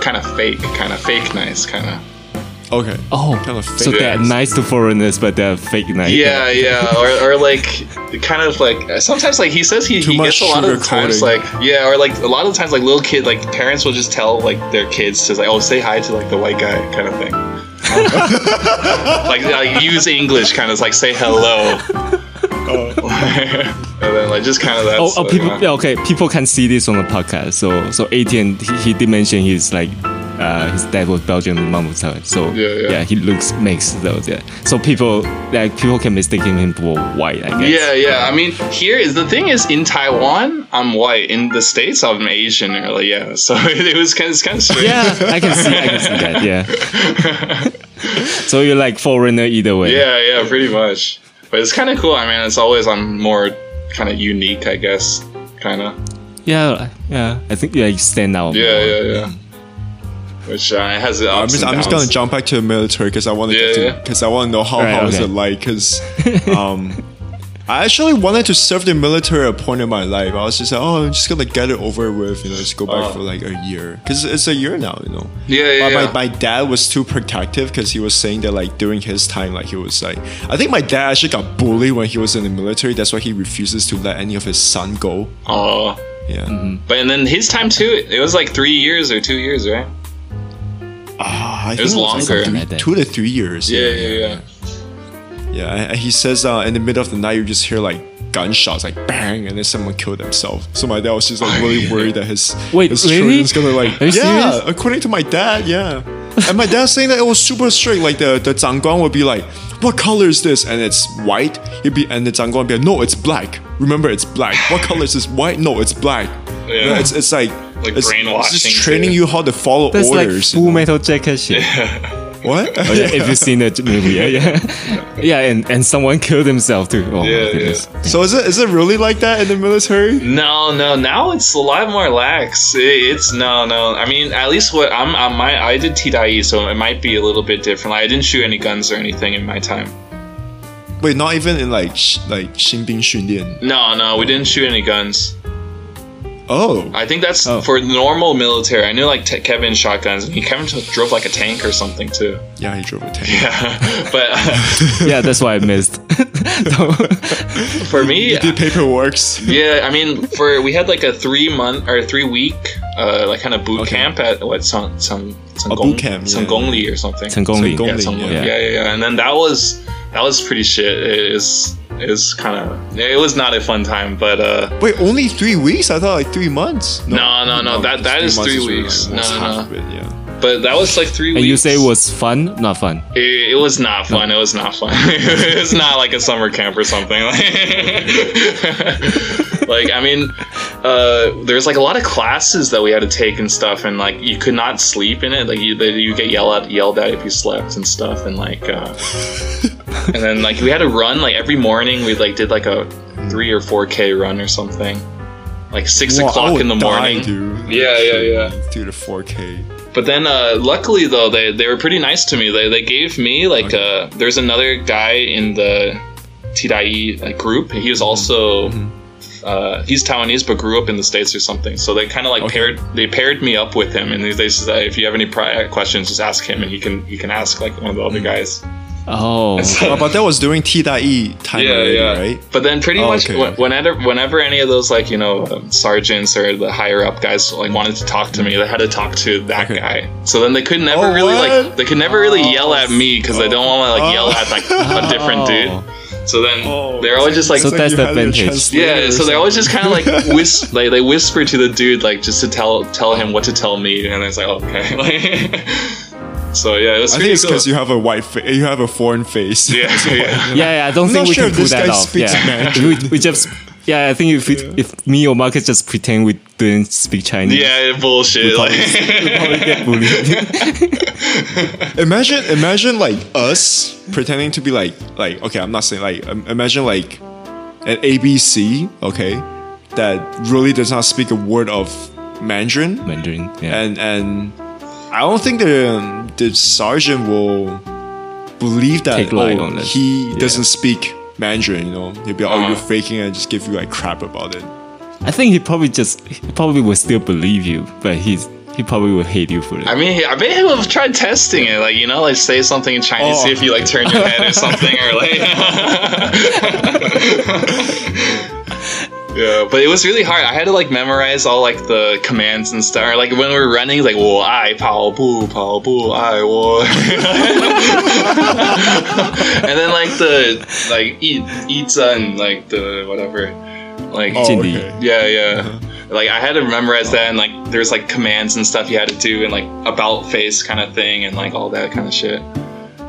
Speaker 3: kind of fake, kind of fake nice, kind of.
Speaker 1: Okay.
Speaker 2: Oh,
Speaker 1: Kind of
Speaker 2: so
Speaker 1: fake.
Speaker 2: they're nice to foreigners, but they're fake nice.
Speaker 3: Yeah, yeah, or, or like kind of like sometimes like he says he,
Speaker 1: Too
Speaker 3: he gets
Speaker 1: much
Speaker 3: a lot of the times like
Speaker 1: sugarcoating.
Speaker 3: yeah, or like a lot of the times like little kid like parents will just tell like their kids to like oh say hi to like the white guy kind of thing. like, like use English kind of like say hello.
Speaker 1: Oh.
Speaker 3: and then like just kind of that.
Speaker 2: Oh, oh people, yeah, okay, people can see this on the podcast. So, so Etienne, he, he did mention he's like, uh, his dad was Belgian, his mom was Thai. So,
Speaker 3: Yeah, yeah.
Speaker 2: he looks mixed though. Yeah, so people like people can mistake him for white. I guess.
Speaker 3: Yeah, yeah. I mean, here is the thing is in Taiwan, I'm white. In the states, I'm Asian. Or like, yeah. So it was kind of, it's kind of strange.
Speaker 2: yeah, I can see, I can see that. Yeah. so you're like foreigner either way.
Speaker 3: Yeah, yeah, pretty much. But it's kind of cool. I mean, it's always I'm more kind of unique, I guess. Kind of.
Speaker 2: Yeah, yeah. I think yeah, you stand out.
Speaker 3: Yeah, yeah, yeah. Which uh, it has the
Speaker 1: I'm
Speaker 3: ups
Speaker 1: just,
Speaker 3: and
Speaker 1: I'm just gonna
Speaker 3: downs.
Speaker 1: jump back to the military because I want
Speaker 3: Yeah,
Speaker 1: to
Speaker 3: yeah.
Speaker 1: because I want to know how
Speaker 2: Right,
Speaker 1: how is
Speaker 2: okay.
Speaker 1: it like because um I actually wanted to serve the military at a point in my life. I was just like, oh, I'm just gonna get it over with, you know, just go back
Speaker 3: Oh.
Speaker 1: for like a year because it's a year now, you know.
Speaker 3: Yeah, yeah,
Speaker 1: But
Speaker 3: yeah.
Speaker 1: My, my dad was too protective because he was saying that like during his time, like he was like, I think my dad actually got bullied when he was in the military. That's why he refuses to let any of his son go.
Speaker 3: Oh,
Speaker 1: Yeah.
Speaker 2: Mm-hmm.
Speaker 3: but and then his time too. It was like three years or two years, right?
Speaker 1: Ah, I think
Speaker 3: was
Speaker 1: like,
Speaker 3: longer.
Speaker 1: three-
Speaker 2: Like that.
Speaker 1: two to three years.
Speaker 3: Yeah, yeah, yeah.
Speaker 1: Yeah, and- and he says uh, in the middle of the night you just hear like gunshots, like bang, and then someone killed himself. So my dad was just like really worried that his
Speaker 2: Wait,
Speaker 1: his
Speaker 2: really?
Speaker 1: children's gonna like
Speaker 2: Are you
Speaker 1: yeah,
Speaker 2: serious?
Speaker 1: according to my dad, yeah. And my dad's saying that it was super strict. Like the the 长官 would be like, "What color is this?" And it's white. He'd be and the 长官 would be like, "No, it's black. Remember, it's black. What color is this? White? No, it's black."
Speaker 3: Yeah.
Speaker 1: You know, it's it's like
Speaker 3: Like
Speaker 1: it's, it's
Speaker 3: brainwashing,
Speaker 1: just training
Speaker 3: too.
Speaker 1: you how to follow
Speaker 2: That's like
Speaker 1: orders. you
Speaker 2: Full
Speaker 1: know?
Speaker 2: Metal Jacket shit.
Speaker 1: What?
Speaker 2: Oh, yeah, if you've seen that movie, yeah, yeah, yeah, and, and someone killed himself too. Oh, my
Speaker 3: Yeah, yeah.
Speaker 2: goodness.
Speaker 1: so is it is it really like that in the military?
Speaker 3: No, no. Now it's a lot more lax. It, it's no, no. I mean, at least what I'm, i my I did TDIE, so it might be a little bit different. Like, I didn't shoot any guns or anything in my time.
Speaker 1: Wait, not even in like sh- like 新兵训练.
Speaker 3: No, no, we didn't shoot any guns.
Speaker 1: Oh,
Speaker 3: I think that's
Speaker 2: Oh.
Speaker 3: for normal military. I knew like t- Kevin shotguns, and he Kevin t- drove like a tank or something too.
Speaker 1: yeah, he drove a tank.
Speaker 3: but uh,
Speaker 2: yeah, that's why I missed.
Speaker 3: for me,
Speaker 1: He did paperwork.
Speaker 3: yeah, I mean, for we had like a three month or three week, uh, like kind of boot camp at what some some some
Speaker 1: boot camp,
Speaker 3: some
Speaker 1: yeah.
Speaker 3: Gongli or something.
Speaker 2: Tengongli.
Speaker 1: Tengongli.
Speaker 3: yeah, something like-
Speaker 2: yeah.
Speaker 3: yeah. yeah, yeah, And then that was that was pretty shit. It is is kind of it was not a fun time, but uh,
Speaker 1: Wait, only three weeks? I thought like three months.
Speaker 3: No, no, no, that-
Speaker 1: because
Speaker 3: that is
Speaker 1: months
Speaker 3: three
Speaker 1: really,
Speaker 3: weeks.
Speaker 1: almost
Speaker 3: No, no,
Speaker 1: half of it, yeah.
Speaker 3: but that was like three.
Speaker 2: And
Speaker 3: weeks.
Speaker 2: you say it was fun? Not fun.
Speaker 3: It, it was not fun. It was not fun. it was not like a summer camp or something. Like, like, I mean, uh, there's like a lot of classes that we had to take and stuff, and like you could not sleep in it. Like you, they- you get yelled at, yelled at if you slept and stuff, and like, uh, and then like we had to run like every morning. We like did like a three or four k run or something, like six
Speaker 1: Wow, I
Speaker 3: o'clock
Speaker 1: would
Speaker 3: in the
Speaker 1: die,
Speaker 3: morning.
Speaker 1: dude.
Speaker 3: Yeah, yeah, yeah.
Speaker 1: Through the 4K.
Speaker 3: But then, uh, luckily though, they, they were pretty nice to me. They, they gave me like uh, there's another guy in the Tidai like group. He was also uh, he's Taiwanese but grew up in the states or something. So they kind of like
Speaker 1: Okay.
Speaker 3: paired they paired me up with him, and they, they said if you have any pri- questions, just ask him, and he can he can ask like one of the other guys.
Speaker 2: Oh,
Speaker 1: Oh, but that was during TDE time
Speaker 3: Yeah,
Speaker 1: already,
Speaker 3: yeah.
Speaker 1: right?
Speaker 3: But then pretty
Speaker 1: Oh,
Speaker 3: much
Speaker 1: okay.
Speaker 3: wh- whenever whenever any of those like you know um, sergeants or the higher up guys like wanted to talk to me, they had to talk to that
Speaker 1: Okay.
Speaker 3: guy. So then they could never
Speaker 1: Oh,
Speaker 3: really
Speaker 1: what?
Speaker 3: like they could never really yell at me because they don't want to like yell
Speaker 1: Oh.
Speaker 3: at like a different dude. So then
Speaker 1: Oh.
Speaker 3: they're always just like.
Speaker 2: So
Speaker 1: It's
Speaker 2: that's
Speaker 1: you
Speaker 2: the
Speaker 1: had your
Speaker 2: advantage.
Speaker 1: translator
Speaker 3: yeah,
Speaker 1: or
Speaker 3: so they're
Speaker 1: something.
Speaker 3: always just kind of like whis- like they whisper to the dude like just to tell tell him what to tell me, and it's like okay. Like, so yeah, it was
Speaker 1: I
Speaker 3: pretty
Speaker 1: think it's
Speaker 3: cool.
Speaker 1: because you have a white, fa- you have a foreign face.
Speaker 3: yeah, yeah.
Speaker 2: yeah, yeah. I don't
Speaker 1: I'm
Speaker 2: think
Speaker 1: not
Speaker 2: we
Speaker 1: sure
Speaker 2: can
Speaker 1: if
Speaker 2: pull
Speaker 1: this
Speaker 2: that
Speaker 1: guy
Speaker 2: off.
Speaker 1: speaks
Speaker 2: Yeah,
Speaker 1: Mandarin.
Speaker 2: we, we just. Yeah, I think if it, if me or Marcus just pretend we didn't speak Chinese,
Speaker 3: Yeah, bullshit. Like,
Speaker 2: we'd probably get bullied.
Speaker 1: Imagine, imagine like us pretending to be like, like okay, I'm not saying like, um, imagine like an ABC, okay, that really does not speak a word of Mandarin,
Speaker 2: Mandarin. Yeah.
Speaker 1: and and I don't think the um, the sergeant will believe that
Speaker 2: Take light on
Speaker 1: oh,
Speaker 2: it.
Speaker 1: he doesn't speak Mandarin. You know, he'll be like, oh,
Speaker 3: Uh-huh.
Speaker 1: you're faking, it," and just give you like crap about it.
Speaker 2: I think he probably just he probably would still believe you, but he's he probably would hate you for it.
Speaker 3: I mean, I bet he'll have tried testing it. Like, you know, like say something in Chinese,
Speaker 1: Oh.
Speaker 3: see if you like turn your head or something, or like. yeah, but it was really hard. I had to like memorize all like the commands and stuff. Or, Like when we were running, like "我爱跑步，跑步爱我," and then like the like eat eats and like the whatever, like
Speaker 1: Oh,
Speaker 2: Jin Li.
Speaker 1: okay.
Speaker 3: yeah, yeah.
Speaker 1: Uh-huh.
Speaker 3: Like I had to memorize that, and like there's like commands and stuff you had to do, and like about face kind of thing, and like all that kind of shit.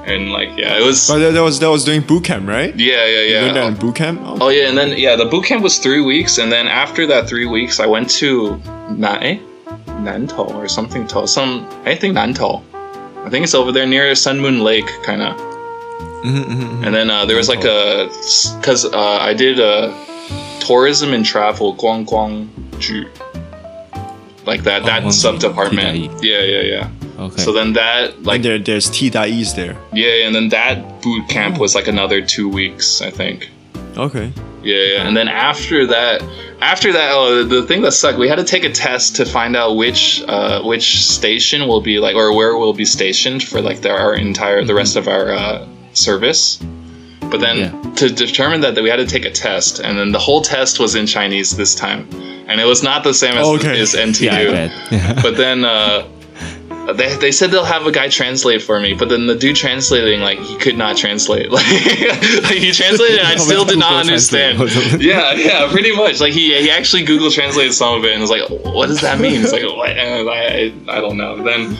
Speaker 3: And like yeah, it was
Speaker 1: But that, that was that was doing boot camp, right?
Speaker 3: yeah, yeah,
Speaker 1: Doing that in
Speaker 3: yeah.
Speaker 1: boot camp. Oh,
Speaker 3: Oh yeah, and then yeah, the boot camp was three weeks, and then after that three weeks, I went to Nai, Nantou or something, to some I think Nantou. I think it's over there near Sun Moon Lake, kind of.
Speaker 1: Mm-hmm,
Speaker 3: And then uh, there was like a, because uh, I did uh, tourism and travel, Guang Guang Ju, like that. That
Speaker 2: one
Speaker 3: sub
Speaker 2: T.E.
Speaker 3: department. Yeah, yeah, yeah.
Speaker 2: Okay.
Speaker 3: So then that like
Speaker 1: E. and there, there's T.E's there.
Speaker 3: yeah, and then that boot
Speaker 1: Oh.
Speaker 3: camp was like another two weeks, I think.
Speaker 1: Okay.
Speaker 3: Yeah, yeah. And then after that, after that, oh, the the thing that sucked, we had to take a test to find out which uh, which station will be like or where we'll be stationed for like the, our entire the rest of our uh, service. But then
Speaker 2: Yeah.
Speaker 3: to determine that, that we had to take a test, and then the whole test was in Chinese this time, and it was not the same as,
Speaker 1: Okay.
Speaker 3: as NTU
Speaker 2: yeah, I bet.
Speaker 3: but then uh, they, they said they'll have a guy translate for me but then the dude translating like he could not translate like, like he translated and i
Speaker 2: Probably
Speaker 3: still did not
Speaker 2: Google Translate
Speaker 3: understand
Speaker 2: or something.
Speaker 3: yeah yeah pretty much like he he actually google translated some of it and was like what does that mean it's like what? And I, I i don't know then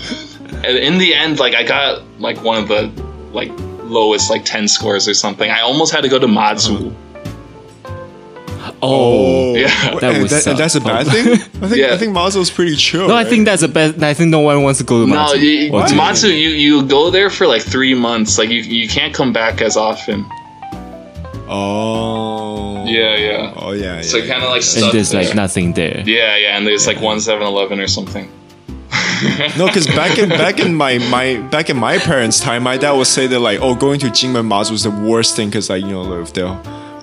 Speaker 3: and in the end like i got like one of the like lowest like 10 scores or something i almost had to go to Mazu.
Speaker 2: oh.
Speaker 3: yeah.
Speaker 1: Wha-
Speaker 2: That
Speaker 1: and
Speaker 2: would
Speaker 1: that- and
Speaker 2: suck.
Speaker 1: that's a bad thing. I think
Speaker 3: Yeah.
Speaker 1: I think Mazo's pretty chill.
Speaker 2: No, I
Speaker 1: right?
Speaker 2: think that's the best. I think no one wants to go to
Speaker 3: No,
Speaker 2: Matsu.
Speaker 3: you,
Speaker 2: Or do you?
Speaker 3: Matsu, you, you go there for like three months. Like you, you can't come back as often.
Speaker 1: Oh.
Speaker 3: Yeah, yeah.
Speaker 1: Oh yeah. yeah
Speaker 3: So kind of like
Speaker 2: and
Speaker 3: stuck
Speaker 2: there's like
Speaker 3: there.
Speaker 2: nothing there.
Speaker 3: Yeah, yeah, and there's like one 7-Eleven or something.
Speaker 1: No, because back in back in my my back in my parents' time, my dad would say that like, oh, going to Jingmen Mazu was the worst thing because like you know with the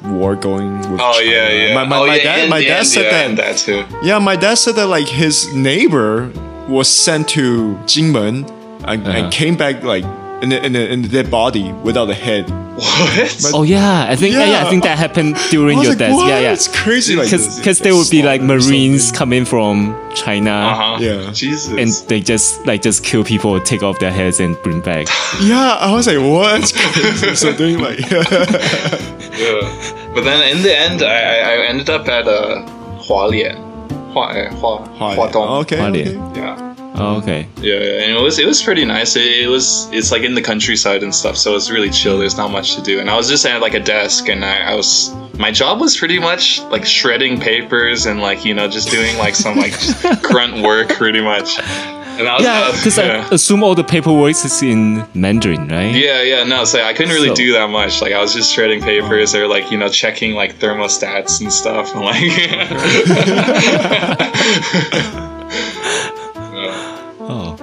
Speaker 1: war going. With
Speaker 3: Oh
Speaker 1: China.
Speaker 3: yeah, yeah.
Speaker 1: My, my,
Speaker 3: oh,
Speaker 1: my
Speaker 3: yeah,
Speaker 1: dad
Speaker 3: and-
Speaker 1: my
Speaker 3: yeah,
Speaker 1: dad
Speaker 3: and-
Speaker 1: said
Speaker 3: yeah,
Speaker 1: that.
Speaker 3: and that too.
Speaker 1: Yeah, my dad said that like his neighbor was sent to Jingmen and,
Speaker 2: Uh-huh.
Speaker 1: and came back like in a, in, a, in a dead body without a head.
Speaker 3: What?
Speaker 2: Oh yeah, I think yeah. yeah, I
Speaker 1: Yeah.
Speaker 2: think that happened
Speaker 1: I
Speaker 2: during
Speaker 1: was
Speaker 2: your
Speaker 1: like,
Speaker 2: death.
Speaker 1: what?
Speaker 2: Yeah, yeah.
Speaker 1: It's crazy. Like
Speaker 2: Because
Speaker 1: this.
Speaker 2: because there would be like
Speaker 1: Slaughter or
Speaker 2: Marines
Speaker 1: something.
Speaker 2: coming from China.
Speaker 3: Uh huh.
Speaker 1: Yeah.
Speaker 3: Jesus.
Speaker 2: And they just like just kill people, take off their heads, and bring back.
Speaker 1: Yeah, I was like, what? It's crazy. so doing like,
Speaker 3: yeah. But then in the end, I, I, I ended up at uh, Hualien. Hua, eh, Hua, Huadong.
Speaker 1: okay,
Speaker 2: Hualien.
Speaker 1: okay.
Speaker 3: Yeah.
Speaker 2: Oh, okay.
Speaker 3: yeah, yeah, and it was it was pretty nice. It, it was it's like in the countryside and stuff, so it's really chill. There's not much to do, and I was just at like a desk, and I, I was my job was pretty much like shredding papers and like you know just doing like some like grunt work pretty much. And I was,
Speaker 2: Yeah, because
Speaker 3: yeah.
Speaker 2: I assume all the paperwork is in Mandarin, right?
Speaker 3: Yeah, yeah, no, so I couldn't really
Speaker 2: So-
Speaker 3: do that much. Like I was just shredding papers or like, you know, checking like thermostats and stuff and like Yeah.
Speaker 2: Oh.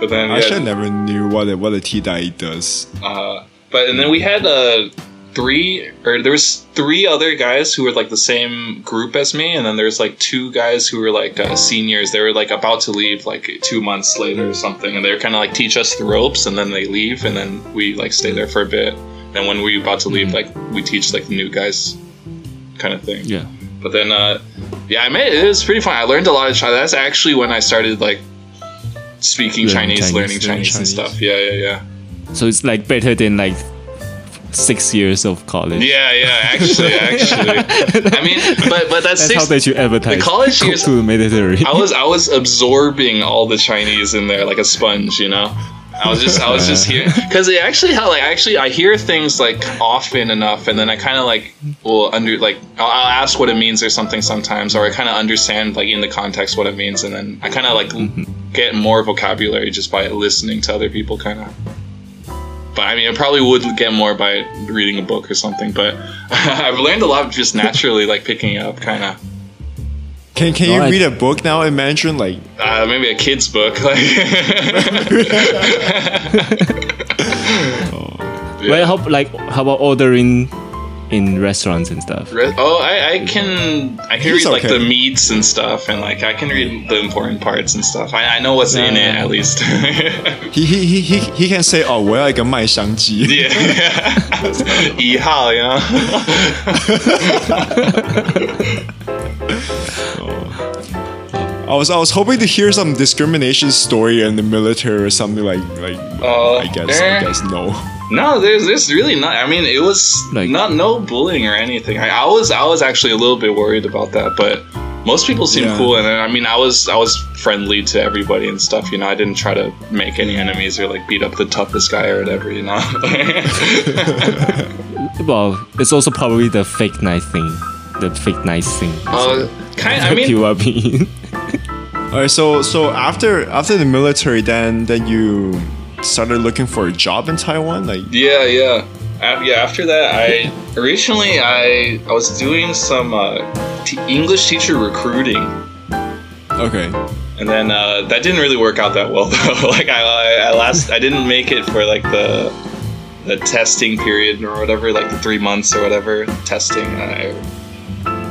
Speaker 3: But then
Speaker 1: I should
Speaker 3: yeah,
Speaker 1: never knew what a, what a tea dye does.
Speaker 3: uh, but and then we had uh three or there was three other guys who were like the same group as me and then there's like two guys who were like uh, seniors they were like about to leave like two months later or something and they were kind of like teach us the ropes and then they leave and then we like stay there for a bit and when we about to leave like we teach like the new guys kind of thing
Speaker 2: Mm-hmm. Yeah.
Speaker 3: but then uh yeah i made it was pretty fun i learned a lot of chinese that's actually when i started like speaking
Speaker 2: Learning
Speaker 3: chinese,
Speaker 2: Chinese,
Speaker 3: learning
Speaker 2: learning
Speaker 3: chinese and
Speaker 2: Chinese.
Speaker 3: stuff yeah yeah yeah
Speaker 2: So it's like better than like six years of college.
Speaker 3: Yeah, yeah, actually, actually. I mean, but but that's,
Speaker 2: That's how
Speaker 3: six.
Speaker 2: they should advertise.
Speaker 3: college
Speaker 2: Go
Speaker 3: years-
Speaker 2: to the military.
Speaker 3: I was I was absorbing all the Chinese in there like a sponge, you know. I was just I was just here because it actually how like actually I hear things like often enough, and then I kind of like will under like I'll, I'll ask what it means or something sometimes, or I kind of understand like in the context what it means, and then I kind of like get more vocabulary just by listening to other people, kind of. But I mean, I probably would get more by reading a book or something. But I've learned a lot just naturally, like picking it up, kind of.
Speaker 1: Can can you
Speaker 2: Alright.
Speaker 1: read a book now in Mandarin? Like,
Speaker 3: uh, maybe a kid's book. Like,
Speaker 2: Well, how like how about ordering in restaurants and stuff?
Speaker 3: Re- oh, I, I can I can
Speaker 1: He's
Speaker 3: read like
Speaker 1: okay.
Speaker 3: the meats and stuff, and like I can read the important parts and stuff. I, I know what's in it at least.
Speaker 1: he he he he, he can say, oh, well, like a mai shang ji.
Speaker 3: yeah, Yihao, you know.
Speaker 1: I was I was hoping to hear some discrimination story in the military or something like like.
Speaker 3: Uh,
Speaker 1: I guess
Speaker 3: eh.
Speaker 1: I guess no.
Speaker 3: No, there's there's really not. I mean, it was
Speaker 2: Like-
Speaker 3: not no bullying or anything. I, I was I was actually a little bit worried about that, but most people seem
Speaker 1: Yeah.
Speaker 3: cool, and uh, I mean, I was I was friendly to everybody and stuff. You know, I didn't try to make any enemies or like beat up the toughest guy or whatever. You know.
Speaker 2: Well, it's also probably the fake nice thing, the fake nice thing.
Speaker 3: uh, kind. I mean,
Speaker 2: you are being.
Speaker 1: All right, so so after after the military, then then you started looking for a job in Taiwan. Like,
Speaker 3: Yeah, yeah. A- yeah, after that, I originally I I was doing some uh, t- English teacher recruiting,
Speaker 1: okay,
Speaker 3: And then uh, that didn't really work out that well though. like I, I, I last I didn't make it for like the the testing period or whatever, like the three months or whatever testing. I,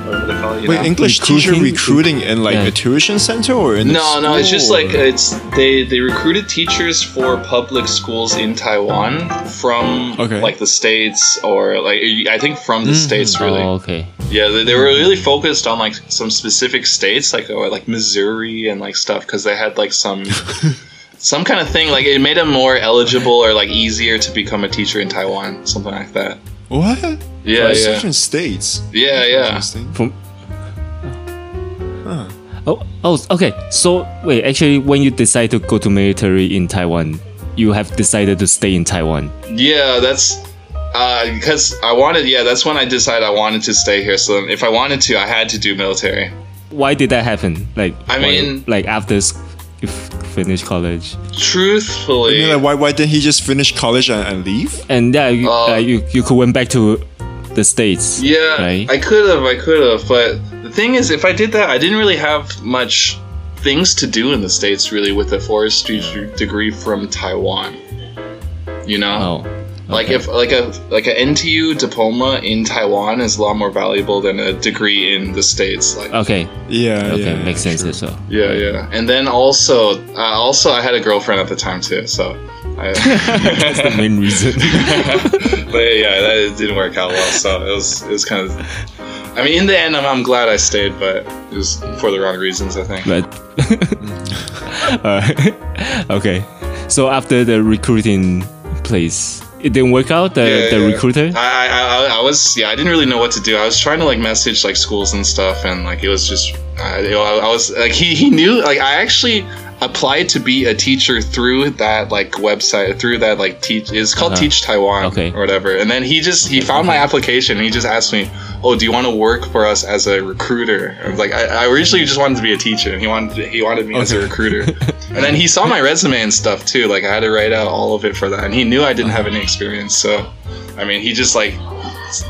Speaker 3: whatever they call it, you
Speaker 1: Wait,
Speaker 3: know?
Speaker 1: English teacher
Speaker 2: Recruiting?
Speaker 1: recruiting in like
Speaker 2: Yeah.
Speaker 1: a tuition center or in a
Speaker 3: No, no, it's just
Speaker 1: school?
Speaker 3: like it's they they recruited teachers for public schools in Taiwan from
Speaker 1: Okay. Hmm.
Speaker 3: like the states or like I think from the states really.
Speaker 2: Oh, okay.
Speaker 3: Yeah, they, they were really focused on like some specific states like oh, like Missouri and like stuff because they had like some some kind of thing like it made them more eligible or like easier to become a teacher in Taiwan, something like that.
Speaker 1: what?
Speaker 3: Yeah,
Speaker 1: Like,
Speaker 3: yeah,
Speaker 1: Different states.
Speaker 3: yeah, yeah.
Speaker 1: Interesting.
Speaker 2: From
Speaker 1: Huh.
Speaker 2: oh oh okay. So wait, actually, when you decide to go to military in Taiwan, you have decided to stay in Taiwan.
Speaker 3: Yeah, that's uh, because I wanted. Yeah, that's when I decided I wanted to stay here. So then if I wanted to, I had to do military.
Speaker 2: Why did that happen? Like why-
Speaker 3: I mean-
Speaker 2: like after s- you f- finish college,
Speaker 1: I
Speaker 3: Truthfully,
Speaker 1: mean, like, why, why didn't he just finish college and, and leave?
Speaker 2: and yeah, you,
Speaker 3: Uh,
Speaker 2: uh, you you could went back to the states.
Speaker 3: yeah,
Speaker 2: right?
Speaker 3: I could have, I could have. But the thing is, if I did that, I didn't really have much things to do in the states, really, with a forestry d- degree from Taiwan. You know,
Speaker 2: oh,
Speaker 3: like
Speaker 2: okay.
Speaker 3: if like a like a NTU diploma in Taiwan is a lot more valuable than a degree in the states. Like,
Speaker 2: okay
Speaker 1: Yeah.
Speaker 2: okay
Speaker 1: yeah,
Speaker 2: makes sense
Speaker 1: sure.
Speaker 2: as well.
Speaker 3: Yeah, yeah. And then also, uh, also I had a girlfriend at the time too, so.
Speaker 2: That's the
Speaker 3: I,
Speaker 2: main reason.
Speaker 3: but yeah, that didn't work out well. So it was, it was kind of. I mean, in the end, I'm, I'm glad I stayed, but it was for the wrong reasons, I think.
Speaker 2: but Alright. okay so after the recruiting place it didn't work out the,
Speaker 3: Yeah,
Speaker 2: the
Speaker 3: yeah.
Speaker 2: recruiter
Speaker 3: I, I, I, I was, yeah, I didn't really know what to do. I was trying to like message like schools and stuff, and like it was just, I, you know, I, I was like, he, he knew, like I actually applied to be a teacher through that like website, through that like teach. It's called
Speaker 2: Uh-huh.
Speaker 3: Teach Taiwan
Speaker 2: Okay.
Speaker 3: or whatever. And then he just he found my application. and He just asked me, oh, do you want to work for us as a recruiter? I was like, I, I originally just wanted to be a teacher, and he wanted he wanted me as a
Speaker 1: Okay.
Speaker 3: recruiter. and then he saw my resume and stuff too. Like I had to write out all of it for that, and he knew I didn't have any experience, so. I mean, he just like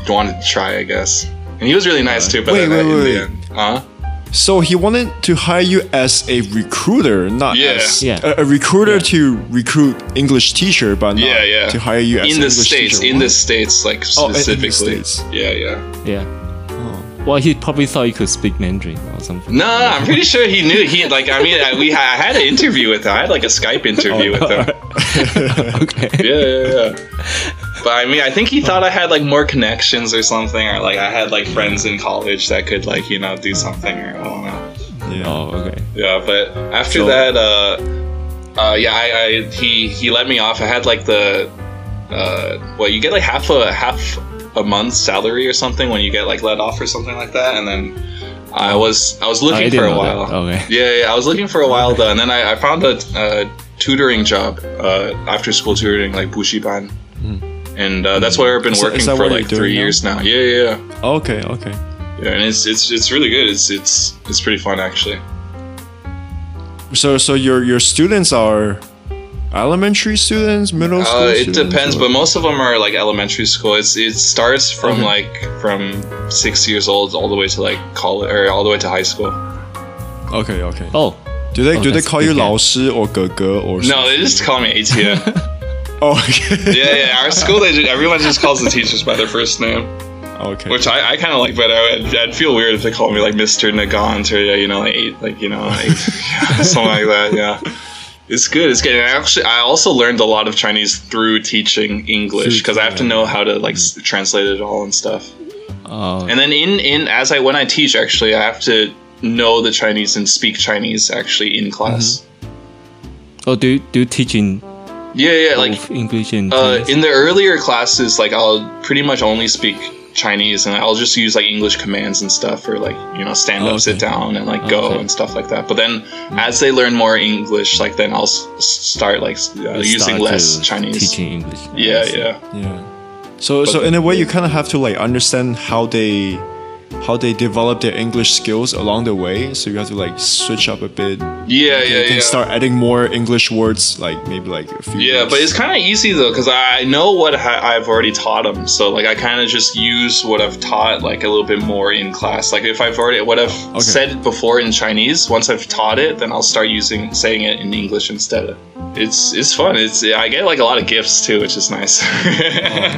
Speaker 3: wanted to try, I guess. And he was really nice too. But
Speaker 1: Wait,
Speaker 3: then,
Speaker 1: wait,
Speaker 3: uh, in
Speaker 1: wait,
Speaker 3: the
Speaker 1: wait.
Speaker 3: end, huh?
Speaker 1: So he wanted to hire you as a recruiter, not
Speaker 3: Yeah.
Speaker 1: as
Speaker 2: Yeah.
Speaker 1: A, a recruiter to recruit English teacher, but not
Speaker 3: Yeah, yeah.
Speaker 1: Uh, to hire you as
Speaker 3: In
Speaker 1: an
Speaker 3: the
Speaker 1: English
Speaker 3: states,
Speaker 1: teacher.
Speaker 3: in the states, like
Speaker 1: Oh, in the
Speaker 3: specifically.
Speaker 1: States.
Speaker 3: Yeah, yeah.
Speaker 2: yeah
Speaker 1: Oh.
Speaker 2: well he probably thought you could speak mandarin or something
Speaker 3: No, I'm pretty sure he knew. He like, I mean, I, we ha- I had an interview with him. I had like a Skype
Speaker 1: Oh,
Speaker 3: interview with him.
Speaker 2: okay
Speaker 3: Yeah, yeah, yeah. But I mean, I think he thought I had like more connections or something, or like I had like friends in college that could like you know do something or I don't know.
Speaker 1: Yeah.
Speaker 2: oh okay
Speaker 3: Yeah, but after
Speaker 1: So-
Speaker 3: that, uh, uh, yeah, I, I he he let me off. I had like the, uh, well, you get like half a half a month's salary or something when you get like let off or something like that, and then I was I was
Speaker 1: Oh,
Speaker 3: looking
Speaker 2: I
Speaker 3: for
Speaker 2: didn't
Speaker 3: a
Speaker 2: know
Speaker 3: while.
Speaker 2: that. okay
Speaker 3: Yeah, yeah, I was looking for a while though, and then I, I found a uh, tutoring job, uh, after school tutoring, like Bushiban. And uh, that's where I've been
Speaker 1: Hmm. Is that-
Speaker 3: working
Speaker 1: is that
Speaker 3: for
Speaker 1: what you're
Speaker 3: like three
Speaker 1: doing now?
Speaker 3: years now. Yeah, yeah, yeah.
Speaker 1: Okay. Okay.
Speaker 3: yeah, and it's it's it's really good. It's it's it's pretty fun actually.
Speaker 1: So so your your students are elementary students, middle school.
Speaker 3: Uh, it
Speaker 1: students,
Speaker 3: depends,
Speaker 1: or-
Speaker 3: but most of them are like elementary school. It's it starts from
Speaker 1: Okay.
Speaker 3: like from six years old all the way to like college or all the way to high school.
Speaker 1: okay. Okay.
Speaker 2: oh
Speaker 1: Do they
Speaker 2: Oh,
Speaker 1: do they
Speaker 2: that's
Speaker 1: call you
Speaker 2: good, yeah.
Speaker 1: 老师 or 哥哥 or
Speaker 3: No, they just call me ATM.
Speaker 1: Oh, okay.
Speaker 3: yeah, yeah. Our school, they just, everyone just calls the teachers by their first name,
Speaker 1: Okay.
Speaker 3: which I, I kind of like better. I'd, I'd feel weird if they called me like Mr. Nagant or yeah, you know, like eight, like you know, like yeah, something like that. Yeah. It's good. It's good. And I actually, I also learned a lot of Chinese through teaching English because I have to know how to like s- translate it all and stuff.
Speaker 2: oh
Speaker 3: And then in in as I when I teach actually I have to know the Chinese and speak Chinese actually in class.
Speaker 2: Mm-hmm. oh do you, do you teach in
Speaker 3: Yeah, yeah, like
Speaker 2: both English and
Speaker 3: uh,
Speaker 2: Chinese?
Speaker 3: in the earlier classes like I'll pretty much only speak Chinese and I'll just use like English commands and stuff or like you know stand
Speaker 1: Oh,
Speaker 3: up, sit
Speaker 1: okay.
Speaker 3: down, and like go
Speaker 2: Okay. Mm-hmm.
Speaker 3: and stuff like that. But then as they learn more English, like then I'll s- s- start like s- uh,
Speaker 2: You
Speaker 3: using
Speaker 2: start
Speaker 3: less
Speaker 2: to
Speaker 3: Chinese.
Speaker 2: teaching English I
Speaker 3: Yeah,
Speaker 2: see.
Speaker 3: yeah.
Speaker 1: yeah. So so in a way you kind of have to like understand how they how they develop their English skills along the way. So you have to like switch up a bit.
Speaker 3: Yeah,
Speaker 1: You
Speaker 3: yeah,
Speaker 1: can
Speaker 3: yeah.
Speaker 1: start adding more English words, like maybe like a few.
Speaker 3: Yeah,
Speaker 1: words.
Speaker 3: but it's kind of easy though, because I know what I, I've already taught them. So like, I kind of just use what I've taught like a little bit more in class. Like if I've already what I've said before in Chinese, once I've taught it, then I'll start using saying it in English instead. It's it's fun. It's I get like a lot of gifts too, which is nice.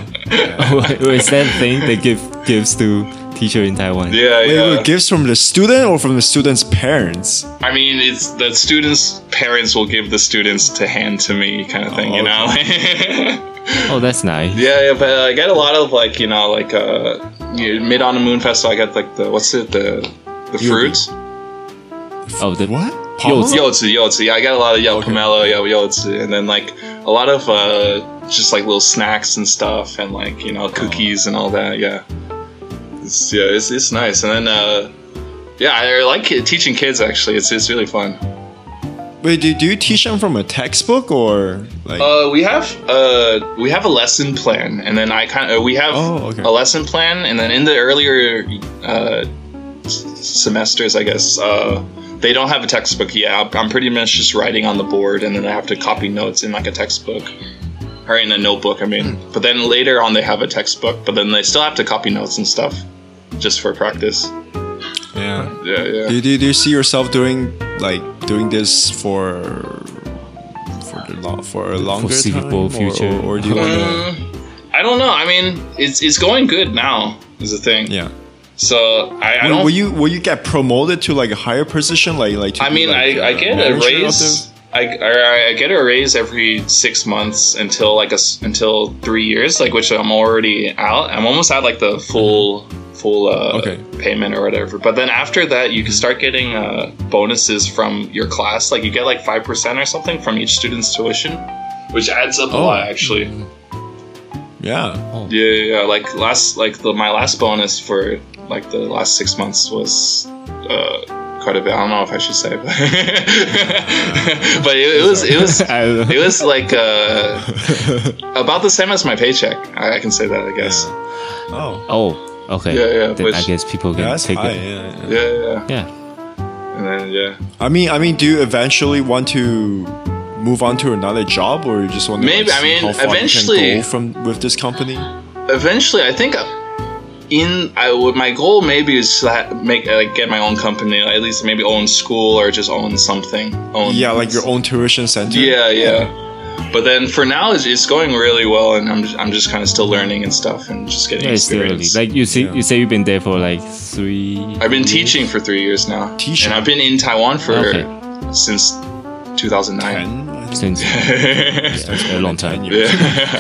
Speaker 2: Is that thing they give gives to teacher in Taiwan?
Speaker 3: yeah,
Speaker 1: Wait,
Speaker 3: yeah.
Speaker 1: wait, gifts from the student or from the student's parents?
Speaker 3: I mean, it's the students' parents will give the students to hand to me, kind of thing.
Speaker 1: Oh,
Speaker 3: you know.
Speaker 2: Oh, that's nice.
Speaker 3: Yeah, yeah, but uh, I get a lot of like you know like uh you mid on the moon festival. I got like the what's it the the fruits
Speaker 2: Oh, the
Speaker 1: What?
Speaker 2: Yo,
Speaker 1: Pomelo?
Speaker 3: yotsu yotsu. Yeah, I got a lot of yeah pomelo yeah yotsu, and then like a lot of uh just like little snacks and stuff, and like you know cookies and all that. Yeah, it's, yeah, it's it's nice. And then uh yeah, I like ki- teaching kids actually. It's it's really fun.
Speaker 1: Wait, do, do you teach them from a textbook or like?
Speaker 3: Uh, we have uh, we have a lesson plan, and then I kind of we have
Speaker 1: Oh, okay.
Speaker 3: a lesson plan, and then in the earlier uh, s- semesters, I guess uh, they don't have a textbook yet. I'm- I'm pretty much just writing on the board, and then I have to copy notes in like a textbook or in a notebook. I mean,
Speaker 1: Hmm.
Speaker 3: but then later on they have a textbook, but then they still have to copy notes and stuff just for practice.
Speaker 1: yeah.
Speaker 3: Yeah, yeah.
Speaker 1: Do you, do, you- do you see yourself doing like doing this for for the lo- for a longer
Speaker 2: foreseeable
Speaker 1: time, or-
Speaker 2: future.
Speaker 1: or, or do you want
Speaker 3: Uh,
Speaker 1: to?
Speaker 3: Mm, I don't know. I mean, it's it's going good now. Is the thing.
Speaker 1: Yeah.
Speaker 3: So I, I
Speaker 1: Will,
Speaker 3: don't.
Speaker 1: will you will you get promoted to like a higher position? Like like. To
Speaker 3: I
Speaker 1: be,
Speaker 3: mean,
Speaker 1: like,
Speaker 3: I, I
Speaker 1: uh,
Speaker 3: get a
Speaker 1: manager of
Speaker 3: raise. I, I, I get a raise every six months until like a s until three years, like which I'm already out. I'm almost at like the full full uh,
Speaker 1: Okay. Mm-hmm.
Speaker 3: payment or whatever. But then after that, you can start getting uh, bonuses from your class. Like you get like five percent or something from each student's tuition, which adds up a
Speaker 1: Oh.
Speaker 3: lot actually.
Speaker 1: the- yeah.
Speaker 3: Yeah, yeah, yeah. Like last, like the my last bonus for like the last six months was uh, quite a bit. I don't know if I should say, but but it, it was it was
Speaker 2: I don't know.
Speaker 3: it was like uh, about the same as my paycheck. I, I can say that, I guess.
Speaker 1: Oh.
Speaker 2: Oh, okay.
Speaker 3: Yeah, yeah,
Speaker 2: Then
Speaker 3: which-
Speaker 2: I guess people can
Speaker 1: Yeah, that's
Speaker 2: take
Speaker 1: high. yeah, yeah.
Speaker 2: it.
Speaker 3: Yeah, yeah, yeah.
Speaker 2: Yeah.
Speaker 3: and then yeah.
Speaker 1: I mean, I mean, do you eventually want to move on to another job, or you just want to
Speaker 3: Maybe,
Speaker 1: Like,
Speaker 3: I
Speaker 1: see
Speaker 3: mean,
Speaker 1: how far you can
Speaker 3: eventually-
Speaker 1: go from with this company?
Speaker 3: eventually i think in i would my goal maybe is to ha- make like get my own company at least maybe own school or just own something own
Speaker 1: Yeah, like your own tuition center.
Speaker 3: yeah yeah but then for now it's, it's going really well and i'm, I'm just kind of still learning and stuff and just getting
Speaker 2: Yeah, it's still early.
Speaker 3: experience
Speaker 2: Like you see,
Speaker 1: Yeah.
Speaker 2: you say you've been there for like three.
Speaker 3: i've been teaching for three years now
Speaker 1: Teaching.
Speaker 3: and i've been in taiwan for
Speaker 2: Okay.
Speaker 3: since
Speaker 1: Ten,
Speaker 3: 2009
Speaker 1: I think.
Speaker 2: since a
Speaker 3: yeah
Speaker 2: long
Speaker 1: Ten
Speaker 2: time.
Speaker 1: years.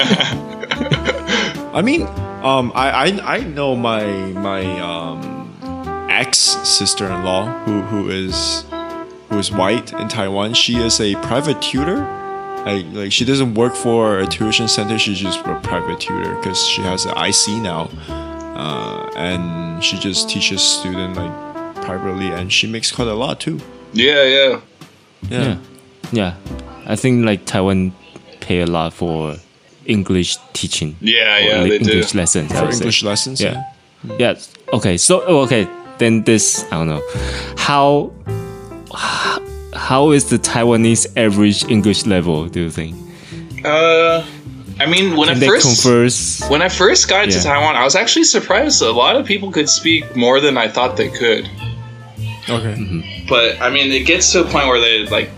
Speaker 1: I mean, um, I, I I know my my um, ex sister in law who who is who is white in Taiwan. She is a private tutor. Like, like she doesn't work for a tuition center. She's just a private tutor because she has an IC now, uh, and she just teaches student like privately, and she makes quite a lot too.
Speaker 3: yeah yeah
Speaker 2: Yeah. Yeah. I think like Taiwan pay a lot for English teaching.
Speaker 3: yeah,
Speaker 2: Or
Speaker 3: yeah
Speaker 2: Eng-
Speaker 3: they do
Speaker 2: English lessons. I
Speaker 1: for
Speaker 2: would say.
Speaker 1: English lessons.
Speaker 2: Yeah. Yeah. Okay. So oh, okay. Then this I don't know. How h- how is the Taiwanese average English level? Do you think?
Speaker 3: uh i mean when
Speaker 2: Can
Speaker 3: i
Speaker 2: they
Speaker 3: first
Speaker 2: converse?
Speaker 3: When I first got to
Speaker 2: Yeah.
Speaker 3: Taiwan, I was actually surprised. A lot of people could speak more than I thought they could.
Speaker 1: Okay.
Speaker 3: But I mean, it gets to a point where they like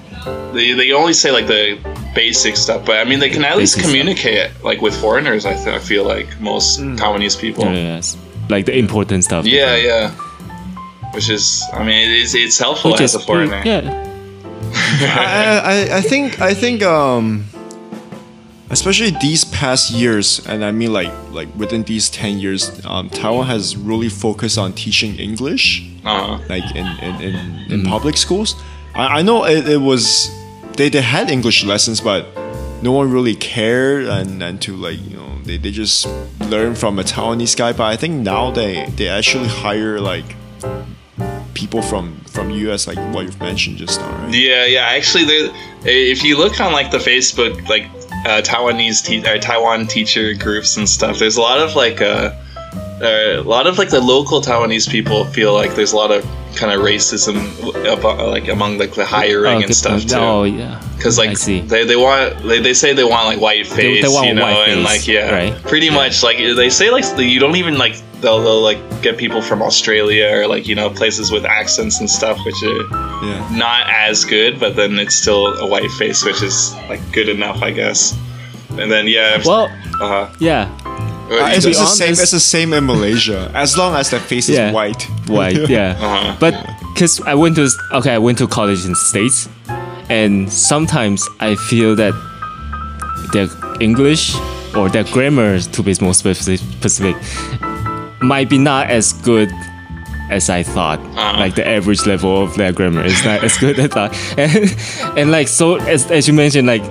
Speaker 3: they, they only say like the basic stuff. But I mean, they can at least
Speaker 2: Basic stuff.
Speaker 3: communicate like with foreigners. I, th- I feel like most Taiwanese people.
Speaker 2: Yeah, yes. Like the important stuff.
Speaker 3: Yeah, yeah. Which is, I mean, it's it's helpful
Speaker 2: Which
Speaker 3: as
Speaker 2: is
Speaker 3: a foreigner.
Speaker 2: yeah.
Speaker 1: I, I, I think I think um especially these past years and I mean like like within these 10 years um, Taiwan has really focused on teaching English
Speaker 3: Uh-huh.
Speaker 1: like in in, in, in public schools I, I know it, it was they, they had English lessons but no one really cared and, and to like you know they, they just learn from a Taiwanese guy but I think now they they actually hire like people from from US like what you've mentioned just now right
Speaker 3: Yeah, yeah. Actually, there. If you look on like the Facebook, like uh, Taiwanese te- or Taiwan teacher groups and stuff, there's a lot of like uh, uh, a lot of like the local Taiwanese people feel like there's a lot of kind of racism abo- like among like the hiring
Speaker 2: Oh,
Speaker 3: and stuff too.
Speaker 2: Oh yeah.
Speaker 3: Because
Speaker 2: I
Speaker 3: like
Speaker 2: see.
Speaker 3: they, they want they, they say they want like white face,
Speaker 2: they want
Speaker 3: you know,
Speaker 2: white
Speaker 3: and
Speaker 2: face,
Speaker 3: like yeah,
Speaker 2: right?
Speaker 3: pretty much like they say like you don't even like they'll, they'll like get people from Australia or like you know places with accents and stuff, which are
Speaker 1: Yeah.
Speaker 3: not as good, but then it's still a white face, which is like good enough, I guess. And then yeah,
Speaker 2: Well,
Speaker 3: uh,
Speaker 2: yeah.
Speaker 1: Uh, it's,
Speaker 2: To be
Speaker 1: it's the same.
Speaker 2: honest-
Speaker 1: It's the same in Malaysia. As long as the face
Speaker 2: Yeah.
Speaker 1: is white.
Speaker 2: White, yeah.
Speaker 3: Uh-huh.
Speaker 2: But because I went to okay, I went to college in states, and sometimes I feel that their English or their grammar, to be more specific, specific might be not as good as I thought.
Speaker 3: Uh-huh.
Speaker 2: Like the average level of their grammar is not as good as I thought, and, and like so as, as you mentioned, like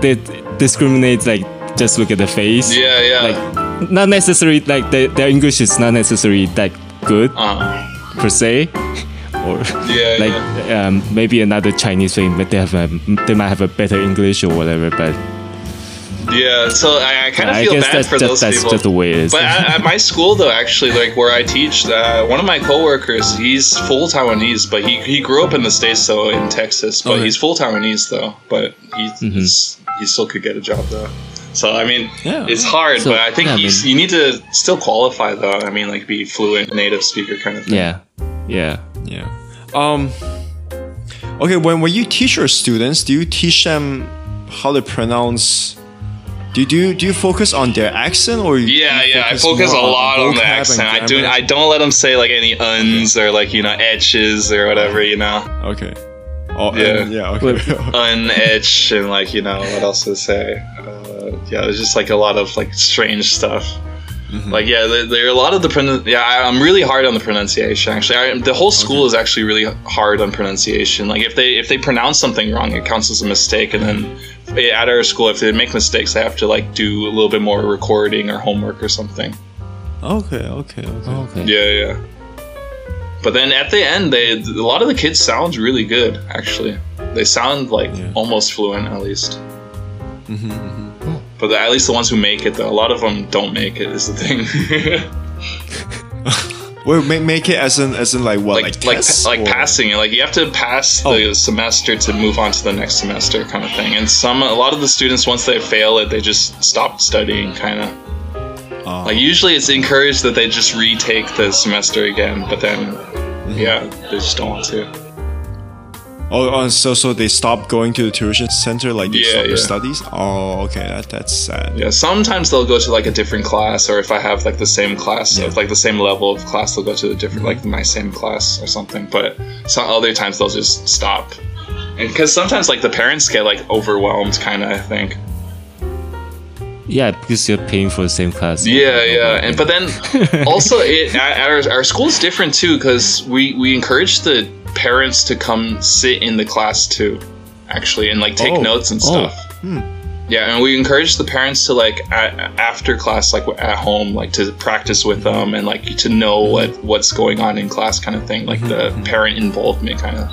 Speaker 2: they discriminate like just look at the face.
Speaker 3: yeah, yeah.
Speaker 2: Like not necessarily like their their English is not necessarily that good
Speaker 3: uh,
Speaker 2: per se, or
Speaker 3: yeah,
Speaker 2: like
Speaker 3: yeah.
Speaker 2: um, maybe another Chinese thing, but they have a, they might have a better English or whatever. But
Speaker 3: Yeah, so I, I kind of
Speaker 2: I
Speaker 3: feel
Speaker 2: guess
Speaker 3: bad
Speaker 2: that's
Speaker 3: for
Speaker 2: just,
Speaker 3: those
Speaker 2: that's
Speaker 3: people.
Speaker 2: just the way it is.
Speaker 3: But at, at my school, though, actually, like where I teach, uh, one of my coworkers, he's full Taiwanese, but he, he grew up in the states, so in Texas, but
Speaker 1: Okay.
Speaker 3: he's full Taiwanese though. But he he's, he still could get a job though. So I mean,
Speaker 1: Yeah.
Speaker 3: it's hard,
Speaker 2: So,
Speaker 3: but I think
Speaker 2: yeah, I
Speaker 3: you, s
Speaker 2: mean-
Speaker 3: you need to still qualify though. I mean, like be fluent native speaker kind of thing.
Speaker 2: yeah, yeah.
Speaker 1: Yeah. Um. Okay. When when you teach your students, do you teach them how to pronounce? Do you do you, do you focus on their accent or? you-
Speaker 3: Yeah,
Speaker 1: do you
Speaker 3: yeah, I focus a
Speaker 1: more
Speaker 3: lot on the
Speaker 1: vocab and
Speaker 3: accent. I do.
Speaker 1: grammar?
Speaker 3: I don't let them say like any uns or like you know etches or whatever. You know.
Speaker 1: Okay. Oh,
Speaker 3: Yeah.
Speaker 1: yeah. Yeah. Okay.
Speaker 3: unetch and like you know what else to say uh, yeah there's just like a lot of like strange stuff like yeah there, there are a lot of the pronun- yeah I, i'm really hard on the pronunciation actually I, the whole school is actually really hard on pronunciation like if they if they pronounce something wrong it counts as a mistake and then at our school if they make mistakes they have to like do a little bit more recording or homework or something
Speaker 1: okay. Okay. Okay.
Speaker 2: Okay.
Speaker 3: yeah yeah but then at the end they a lot of the kids sound really good actually they sound like
Speaker 1: Yeah.
Speaker 3: almost fluent at least
Speaker 1: Mhm, mhm.
Speaker 3: But the, at least the ones who make it, though, a lot of them don't make it. Is the thing.
Speaker 1: Well, make, make it as in as in like what
Speaker 3: like
Speaker 1: like
Speaker 3: like
Speaker 1: tests
Speaker 3: like
Speaker 1: or- Oh.
Speaker 3: passing it. Like you have to pass the semester to move on to the next semester, kind of thing. And some a lot of the students once they fail it, they just stop studying, kind of.
Speaker 1: Oh.
Speaker 3: Like usually it's encouraged that they just retake the semester again, but then
Speaker 1: Mm-hmm.
Speaker 3: yeah, they just don't want to.
Speaker 1: Oh, oh, so so they stop going to the tuition center, like they
Speaker 3: Yeah,
Speaker 1: stop their
Speaker 3: yeah.
Speaker 1: studies. Oh, okay, that, that's sad.
Speaker 3: Yeah, sometimes they'll go to like a different class, or if I have like the same class,
Speaker 1: Yeah.
Speaker 3: like the same level of class, they'll go to a different, like my same class or something. But some other times they'll just stop, and because sometimes like the parents get like overwhelmed, kind of. I think.
Speaker 2: Yeah, because you're paying for the same class.
Speaker 3: Yeah, yeah, and but then also it our our- our school's different too because we we encourage the parents to come sit in the class too, actually, and like take
Speaker 1: Oh.
Speaker 3: notes and
Speaker 2: Oh.
Speaker 3: stuff. Yeah, and we encourage the parents to like at, after class, like at home, like to practice with them and like to know what what's going on in class, kind of thing, like the parent involvement, kind of.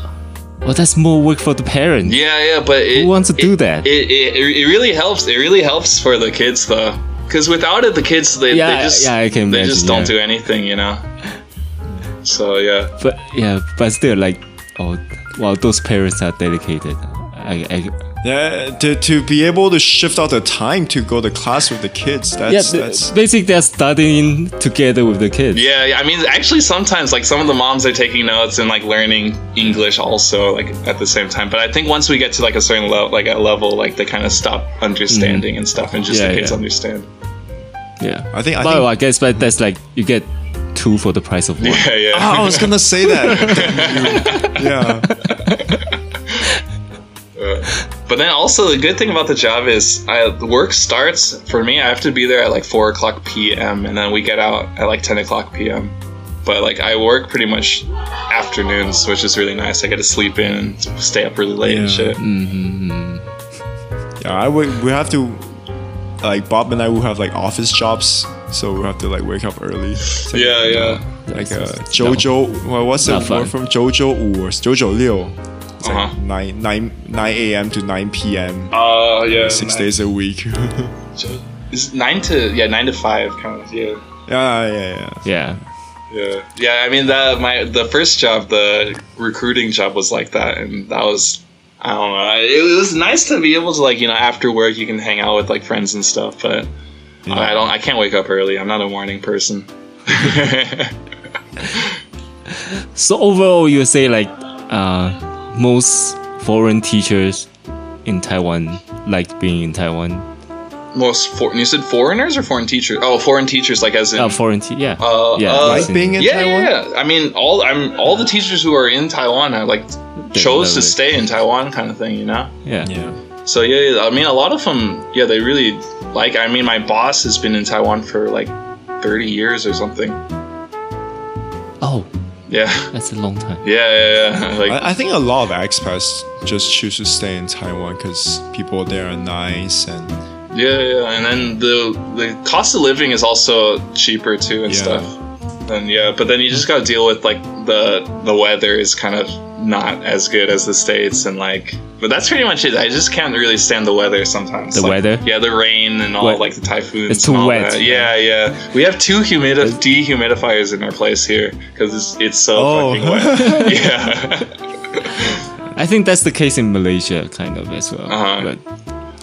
Speaker 2: Well, Oh, that's more work for the parents.
Speaker 3: Yeah, yeah, but it,
Speaker 2: Who wants to
Speaker 3: it-
Speaker 2: do that?
Speaker 3: It, it, it really helps. It really helps for the kids though, because without it, the kids they,
Speaker 2: Yeah,
Speaker 3: they just
Speaker 2: yeah, I can
Speaker 3: they
Speaker 2: imagine,
Speaker 3: just don't
Speaker 2: yeah.
Speaker 3: do anything, you know. So yeah,
Speaker 2: But yeah, but still, like, oh, wow, those parents are dedicated. I, I,
Speaker 1: Yeah, to, to be able to shift out the time to go to class with the kids,
Speaker 2: yeah,
Speaker 1: that's
Speaker 2: th-
Speaker 1: that's
Speaker 2: basically they're studying together with the kids.
Speaker 3: yeah, yeah. I mean, actually, sometimes like some of the moms are taking notes and like learning English also, like at the same time. But I think once we get to like a certain level, like a level, like they kind of stop understanding and stuff, and just
Speaker 2: Mm. Yeah,
Speaker 3: the kids
Speaker 2: yeah.
Speaker 3: understand.
Speaker 2: yeah.
Speaker 1: I think I
Speaker 2: Well,
Speaker 1: think
Speaker 2: I guess, but that's like you get two for the price of one.
Speaker 3: Yeah, yeah.
Speaker 1: Ah, I was gonna say that. You- yeah.
Speaker 3: But then also the good thing about the job is I the work starts for me. I have to be there at like four o'clock p.m. and then we get out at like ten o'clock p.m. But like I work pretty much afternoons, which is really nice. I get to sleep in and stay up really late and
Speaker 1: Yeah.
Speaker 3: shit.
Speaker 1: Yeah, I would we have to like Bob and I will have like office jobs, so we have to like wake up early. It's like,
Speaker 3: Yeah, yeah.
Speaker 1: Like uh, Jojo well, what's the
Speaker 2: Not fun.
Speaker 1: word from Jojo Wu or Jojo Liu? It's
Speaker 3: Uh-huh.
Speaker 1: like nine nine nine AM to nine PM.
Speaker 3: Uh, yeah.
Speaker 1: Six days a week.
Speaker 3: Is nine to yeah nine to five kind of yeah.
Speaker 1: Yeah, yeah, yeah.
Speaker 2: Yeah.
Speaker 3: Yeah. Yeah, I mean that my the first job, the recruiting job was like that and that was I don't know. I- It was nice to be able to like, you know, after work you can hang out with like friends and stuff, but I don't I can't wake up early. I'm not a morning person.
Speaker 2: So overall, you would say like uh, most foreign teachers in Taiwan liked being in Taiwan.
Speaker 3: Most for- you said foreigners or foreign teachers? Oh, foreign teachers like as in
Speaker 2: Uh, foreign te- yeah.
Speaker 3: Uh,
Speaker 2: Oh, yeah.
Speaker 3: uh,
Speaker 2: as
Speaker 1: Like
Speaker 2: in-
Speaker 1: being in
Speaker 3: yeah,
Speaker 1: Taiwan.
Speaker 3: yeah, yeah. I mean, all I'm all the teachers who are in Taiwan, I like chose to
Speaker 2: love it.
Speaker 3: stay in Taiwan, kind of thing, you know.
Speaker 2: yeah.
Speaker 3: So yeah, yeah, I mean, a lot of them, yeah, they really like. I mean, my boss has been in Taiwan for like thirty years or something.
Speaker 2: Oh,
Speaker 3: Yeah,
Speaker 2: that's a long time.
Speaker 3: yeah, yeah. yeah. Like,
Speaker 1: I, I think a lot of expats just choose to stay in Taiwan because people there are nice and
Speaker 3: yeah, yeah. And then the the cost of living is also cheaper too and
Speaker 1: Yeah.
Speaker 3: stuff. And yeah, but then you just got to deal with like the the weather is kind of not as good as the states and like. But that's pretty much it. I just can't really stand the weather sometimes.
Speaker 2: The
Speaker 3: Like,
Speaker 2: weather?
Speaker 3: Yeah, the rain and all
Speaker 2: Wet.
Speaker 3: like the typhoons.
Speaker 2: It's too
Speaker 3: and all
Speaker 2: wet.
Speaker 3: that. Yeah, yeah. We have two humidi- dehumidifiers in our place here because it's it's so
Speaker 1: Oh.
Speaker 3: fucking wet. yeah.
Speaker 2: I think that's the case in Malaysia, kind of as well.
Speaker 3: Uh-huh.
Speaker 2: But,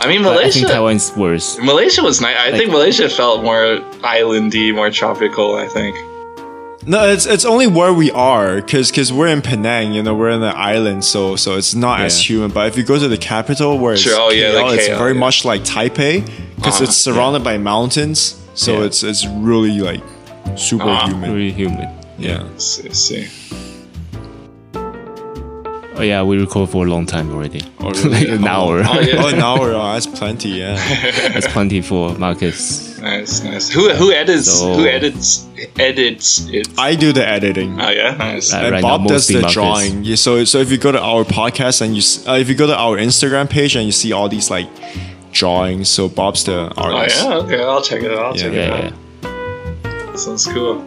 Speaker 3: I mean,
Speaker 2: but I
Speaker 3: Malaysia.
Speaker 2: think Taiwan is worse.
Speaker 3: Malaysia was nice. I think Malaysia felt more islandy, more tropical. I think.
Speaker 1: No, it's it's only where we are, cause 'cause we're in Penang, you know, we're in an island, so so it's not as
Speaker 2: Yeah.
Speaker 1: human. But if you go to the capital, where it's
Speaker 3: Sure, oh, yeah, like
Speaker 1: it's very
Speaker 3: KL, yeah.
Speaker 1: much like Taipei, because
Speaker 3: Uh-huh,
Speaker 1: it's surrounded by mountains, so
Speaker 2: Yeah.
Speaker 1: it's it's really like super
Speaker 3: Uh-huh.
Speaker 1: humid.
Speaker 2: Really humid.
Speaker 1: Yeah,
Speaker 3: Let's see. let's see.
Speaker 2: Oh yeah, we record for a long time already.
Speaker 1: Oh, really?
Speaker 2: like an hour.
Speaker 3: Oh yeah.
Speaker 1: oh, an hour, oh, that's plenty. Yeah,
Speaker 2: That's plenty for Marcus.
Speaker 3: Oh, Nice, nice. Who who edits?
Speaker 2: So-
Speaker 3: Who edits? Edits it.
Speaker 1: I do the editing.
Speaker 3: oh yeah, nice.
Speaker 2: Uh,
Speaker 1: and
Speaker 2: right now,
Speaker 1: Bob does
Speaker 2: mostly
Speaker 1: the
Speaker 2: Marcus.
Speaker 1: drawing. Yeah, so so if you go to our podcast and you s- uh, if you go to our Instagram page and you see all these like drawings, so Bob's the
Speaker 3: oh
Speaker 1: artist.
Speaker 3: yeah, okay. I'll check it out. I'll check it
Speaker 2: Yeah,
Speaker 3: out.
Speaker 2: yeah.
Speaker 3: Sounds cool.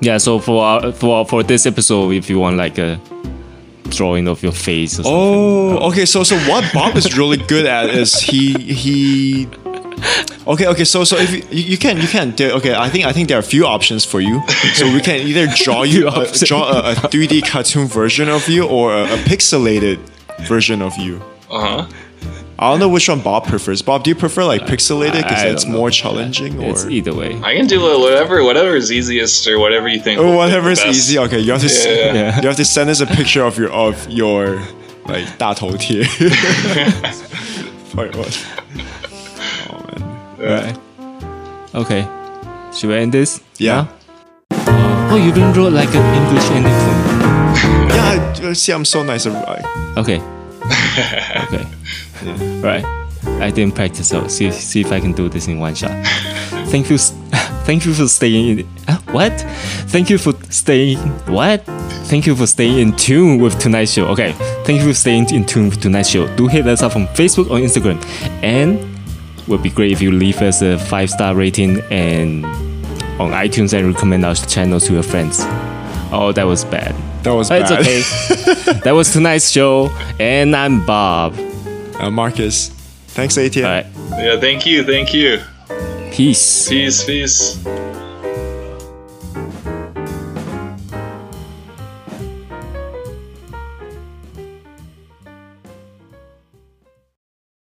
Speaker 2: Yeah, so for our, for for this episode, if you want like a drawing of your face or something.
Speaker 1: Oh, okay. So, so what Bob is really good at is he he. Okay, okay. So, so if you, you you can you can do- okay, I think I think there are a few options for you. So we can either draw you
Speaker 2: Few
Speaker 1: a,
Speaker 2: options.
Speaker 1: draw a, a 3D cartoon version of you or a, a pixelated version of you.
Speaker 3: Uh huh.
Speaker 1: I don't know which one Bob prefers. Bob, do you prefer like pixelated because
Speaker 2: I
Speaker 1: that's
Speaker 2: don't know.
Speaker 1: more challenging or
Speaker 2: It's either way.
Speaker 3: I can do whatever whatever is easiest or whatever you think.
Speaker 1: or
Speaker 3: will-
Speaker 1: Oh, whatever is
Speaker 3: the best.
Speaker 1: easy? Okay, you have to s-
Speaker 3: Yeah.
Speaker 2: Yeah.
Speaker 1: you have to send us a picture of your of your like 大头贴. Wait, what? Oh man.
Speaker 2: Right. Okay. Should we end this?
Speaker 1: Yeah.
Speaker 2: Now? Oh, you don't draw like an English anything.
Speaker 1: Yeah, I- see, I'm so nice. Uh, I-
Speaker 2: Okay. okay. Right. I didn't practice, so see see if I can do this in one shot. Thank you, s- thank you for staying. In, uh, what? Thank you for staying. What? Thank you for staying in tune with tonight's show. Okay. Thank you for staying in tune with tonight's show. Do hit us up on Facebook or Instagram, and would be great if you leave us a five star rating and on iTunes and recommend our channel to your friends. Oh, that was bad.
Speaker 1: That was
Speaker 2: But It's
Speaker 1: bad.
Speaker 2: okay. that was tonight's show, and I'm Bob.
Speaker 1: Uh, Marcus, thanks, ATM.
Speaker 2: All right.
Speaker 3: Yeah. Thank you. Thank you.
Speaker 2: Peace.
Speaker 3: Peace. Peace.